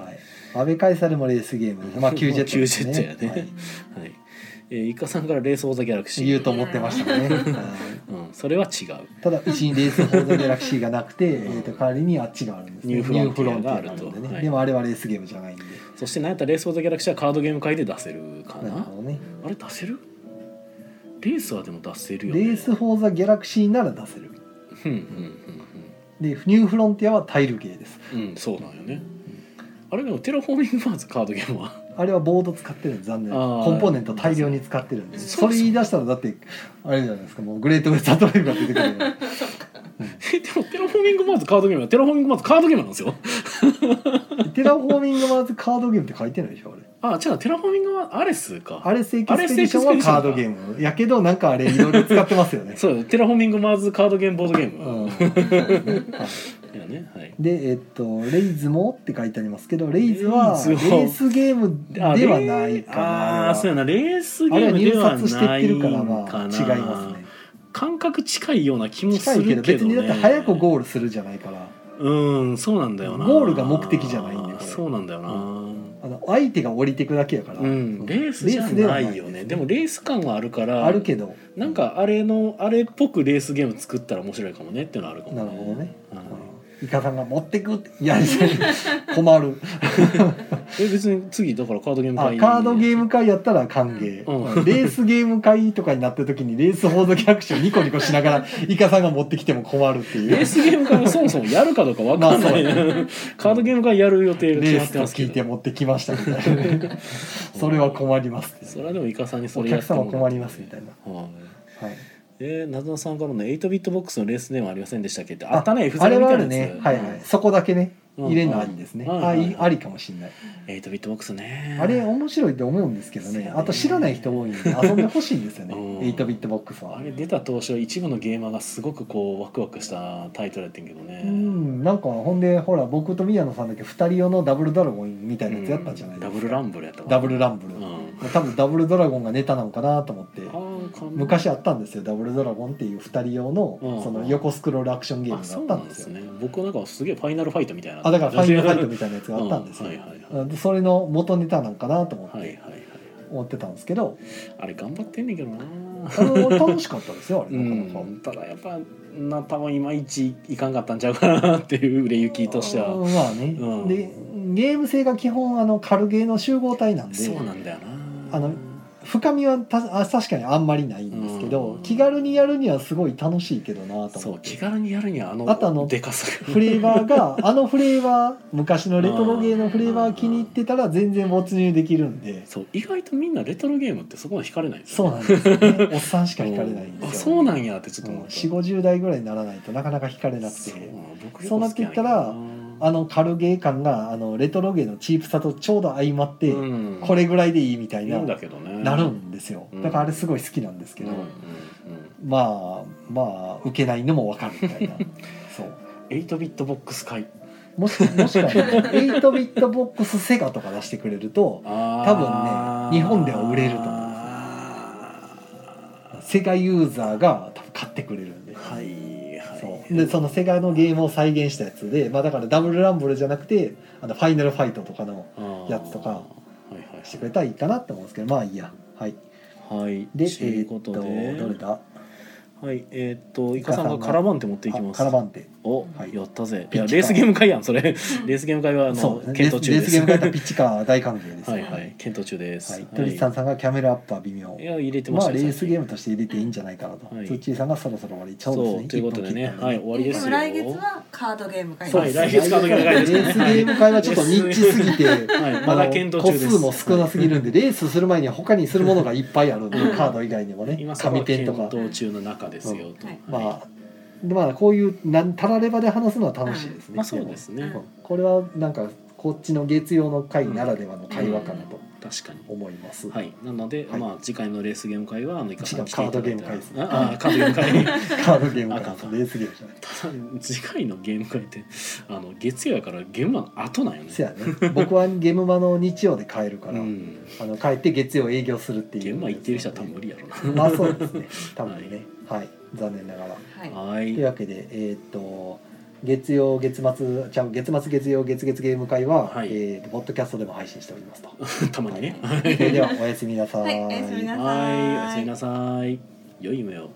安倍カイサルもレースゲームですまあ旧ジェットですね
旧ジェットやね
はい
いえー、イカさんからレースオーザギャラクシー
言うと思ってまし
[LAUGHS]
たね、はい
うん、それは違う
ただうちにレース・フォー・ザ・ギャラクシーがなくて、えー、と代わりにあっちがあるんです、ね、
ニューフロンティアがあると
ニューフロンティアなんでね、
はい
でもあれはレースゲームじゃないんで
そして何やったらレース・オブ・ザ・ギャラクシーはカードゲーム界で出せるかな
なるほどね
あれ出せるレースはでも出せる
レ
よね
ース・フォー・ザ・ギャラクシーなら出せる
うん
でニューフロンティアはタイルゲーです
うんうんうんそうなんよねあれでもテラフォーミング・マーズカードゲームは [LAUGHS]
あれはボード使ってるんです残念
あー
コンポーネント大量に使ってるんで
そう
そ
そうれ言い出したらだってあれじゃないですかもうグレート・ウェスター・トレイブが出てくるよ
[LAUGHS] えでもテラフォーミング・マーズカードゲームはテラフォーミング・マーズカードゲームなんですよ [LAUGHS]
テラフォーミング・マーズカードゲームって書いてないでしょあれ
あ違うテラフォーミング・マーズアレスか
アレス・エクスペディションはカードゲームやけどなんかあれいろいろ使ってますよね
そうテラフォーミング・マーズカードゲームボードゲー
う
ム、
ん
いやねはい
でえっと「レイズも」って書いてありますけどレイズは
レ
レ
イズを
ースゲームではないか
あ
な
あーそうやなレースゲ
あれは
ー
あ
ム
れ
では
は
ない
入札してってるからま
かな
あ違いますね
感覚近いような気もす
近い
るけ
け
ど、
ど
ね、
別にだって早くゴールするじゃないから
うんそうなんだよな
ゴールが目的じゃないんだよこれ
そうなんだよな、
あの相手が降りてくだけやから、
うん、レースじ
レ
ゃ
ースでは
ないよねでもレース感はあるから
あるけど
なんかあれのあれっぽくレースゲーム作ったら面白いかもねっていうのはあるかも、
なるほどね、
はい
うんイカさんが「持ってく」っていや困る
え別に次だからカードゲーム
あ
会に
カードゲーム会やったら歓迎、
う
レースゲーム会とかになった時にレースフォードキャラクションニコニコしながらイカさんが持ってきても困るっていう
レースゲーム会はそもそもやるかどうかわかんない、
まあそう
[LAUGHS] カードゲーム会やる予定が決
レー
まっ
ス
て
と
ますけ
聞いて
ど
持ってきましたみたい
[LAUGHS]
なそれは困ります
それはでもイカさんにそ
お
れや
客
って
様
もら
困りますみたいな、
な、はい
はい、
えー、なずなさんからの8ビットボックスのレースではありませんでしたっけってあったね F0
あれ
み
は
たいな
ある
やつ
ねはいはい、
うん
そこだけね
うん
入れるのありですね、
うん
あ
はい
い
はい
ありかもしれない、
8ビットボックスね
あれ面白いと思うんですけど
そうや
ね
ね
あと知らない人多いんで遊んでほしいんですよね、
うん
8ビットボックスは
あれ出た当初一部のゲーマーがすごくこうワクワクしたタイトルやってんけどね、
うんなんかほんでほら僕と宮野さんだけ2人用のダブルドラゴンみたいなやつやったじゃないで
ダ
すか、
ブルランブルやったわ
ダブルランブル、
うんあ
多分ダブルドラゴンがネタなのかなと思って
ーかん
昔あったんですよ「ダブルドラゴン」っていう2人用
うん
のその横スクロールアクションゲー
あ
ム
そう
が
なん
あった
で
んです
す
よ
ね僕なんかすげえファイナルファイトみたいな
あだから「ファイナルファイト」みたいなやつがあったんですよ
うはいはいは
うんでそれの元ネタなんかなと思っ
いはいはい
て
はい
思ってたんですけど
あれ頑張ってんねんけどな
あの楽しかったですよあ
う
れなかなか
ん、ただやっぱな多分いまいちいかんかったんちゃうかなっていう売れ行きとしては
うんまあね
うん
でゲーム性が基本あの軽ゲーの集合体なんで
そうなんだよな
あの深みはたあ確かにあんまりないんですけど
うん
気軽にやるにはすごい楽しいけどなと
そ
思
う
って
気軽にやるにはあの
あとあの
でかさが
フレーバーがあのフレーバー昔のレトロゲーのフレーバー気に入ってたら全然没入できるんで
そう意外とみんなレトロゲームってそこまで惹かれないんです
そう
よ
なんですよねおっさんしか惹かれないん
あ
ですよ
そうなんやってちょっと思った
4 5 0代ぐらいにならないとなかなか惹かれなく
そう
て
僕
そうなっていったらあの軽ゲー感があのレトロゲーのチープさとちょうど相まって、
うん
これぐらいでいいみた
い
いな、
いんだけどね
なるんですよ
うん
だからあれすごい好きなんですけど、
うんうんうん
まあまあ受けないのもわかるみ
[LAUGHS]
たいなそう
8ビットボックス会
もしもしかしたら8ビットボックスセガとか出してくれると
多
多分ね日本では売れると思うんですよセガユーザーが多分買ってくれるんで。
はいはい
そうでそのセガのゲームを再現したやつで、まあ、だからダブルランブルじゃなくてあのファイナルファイトとかの
の
やつとか
はいは
してくれたらいいかなって思うんですけどまあいいやはい
いはい
で
ということ
えーっとどれ
で
だ
はいえーっとイカさんがカラバンテ持っていきます
カラバンテ
お、
はい
やったぜい
ピッ
や
チ
レースゲーム会やんそれレ
うん
ースゲーム会はあの
そうレ
検
ー
討
ス
中
レー
で
ス
す
ゲーム
は
変えたピッチカー大歓迎です、
いはい検討中です
はい、
は
ト
い
リスタンさんがキャメルアップは微妙
いや入れてま
ま
した
あ
ね
レースゲー
ム
ムとして入れていいんじゃないかなと、
はい
ツッチーさんがそろそろ終わりちょうどです
そ
ね
うということでね
一分切ったん
はい終わりです
も
よ
来月はカードゲーム会
そう
です
来月からのゲーム会ですね
レースゲーム会はちょっとニッチすぎて [LAUGHS]
はいまだ検討中です
あの個数も少なすぎる
[LAUGHS]
んでレースする前に他にするものがいっぱいあるんでカード以外にもね
今そこ
紙
は
ペンとか
検討中の中ですよと、
はい
まあでまあこういうなんたらればで話すのは楽しいですね、
まあそうですね、
うんこれはなんかこっちの月曜の会ならではの会話かなと
確かに
思います、
はいなので、
はい
まあ次回のレースゲーム会はあのいかさん来ていただいたら
違うカードゲーム会ですね
ああカードゲーム会
カードゲーム会
あ
とレースゲームじゃない
ただ次回のゲーム会ってあの月曜やからゲームは後なんよね
せやね僕はゲーム場の日曜で帰るか
う
ら、
ん
あの帰って月曜営業するっていう
ゲームは行ってる人は多分無理やろ
まあそうですね多分
[LAUGHS]
ねはい、残念ながら
なは
はい
と
い
いうわけでえーっと月曜月末ちゃう月末月曜月月ゲーム会は、
はい
えーっとポッドキャストでも配信しております
[LAUGHS]
と
たまにね
それではおやすみなさ
はいおやすみなさい
はいおやすみなさい良い夢を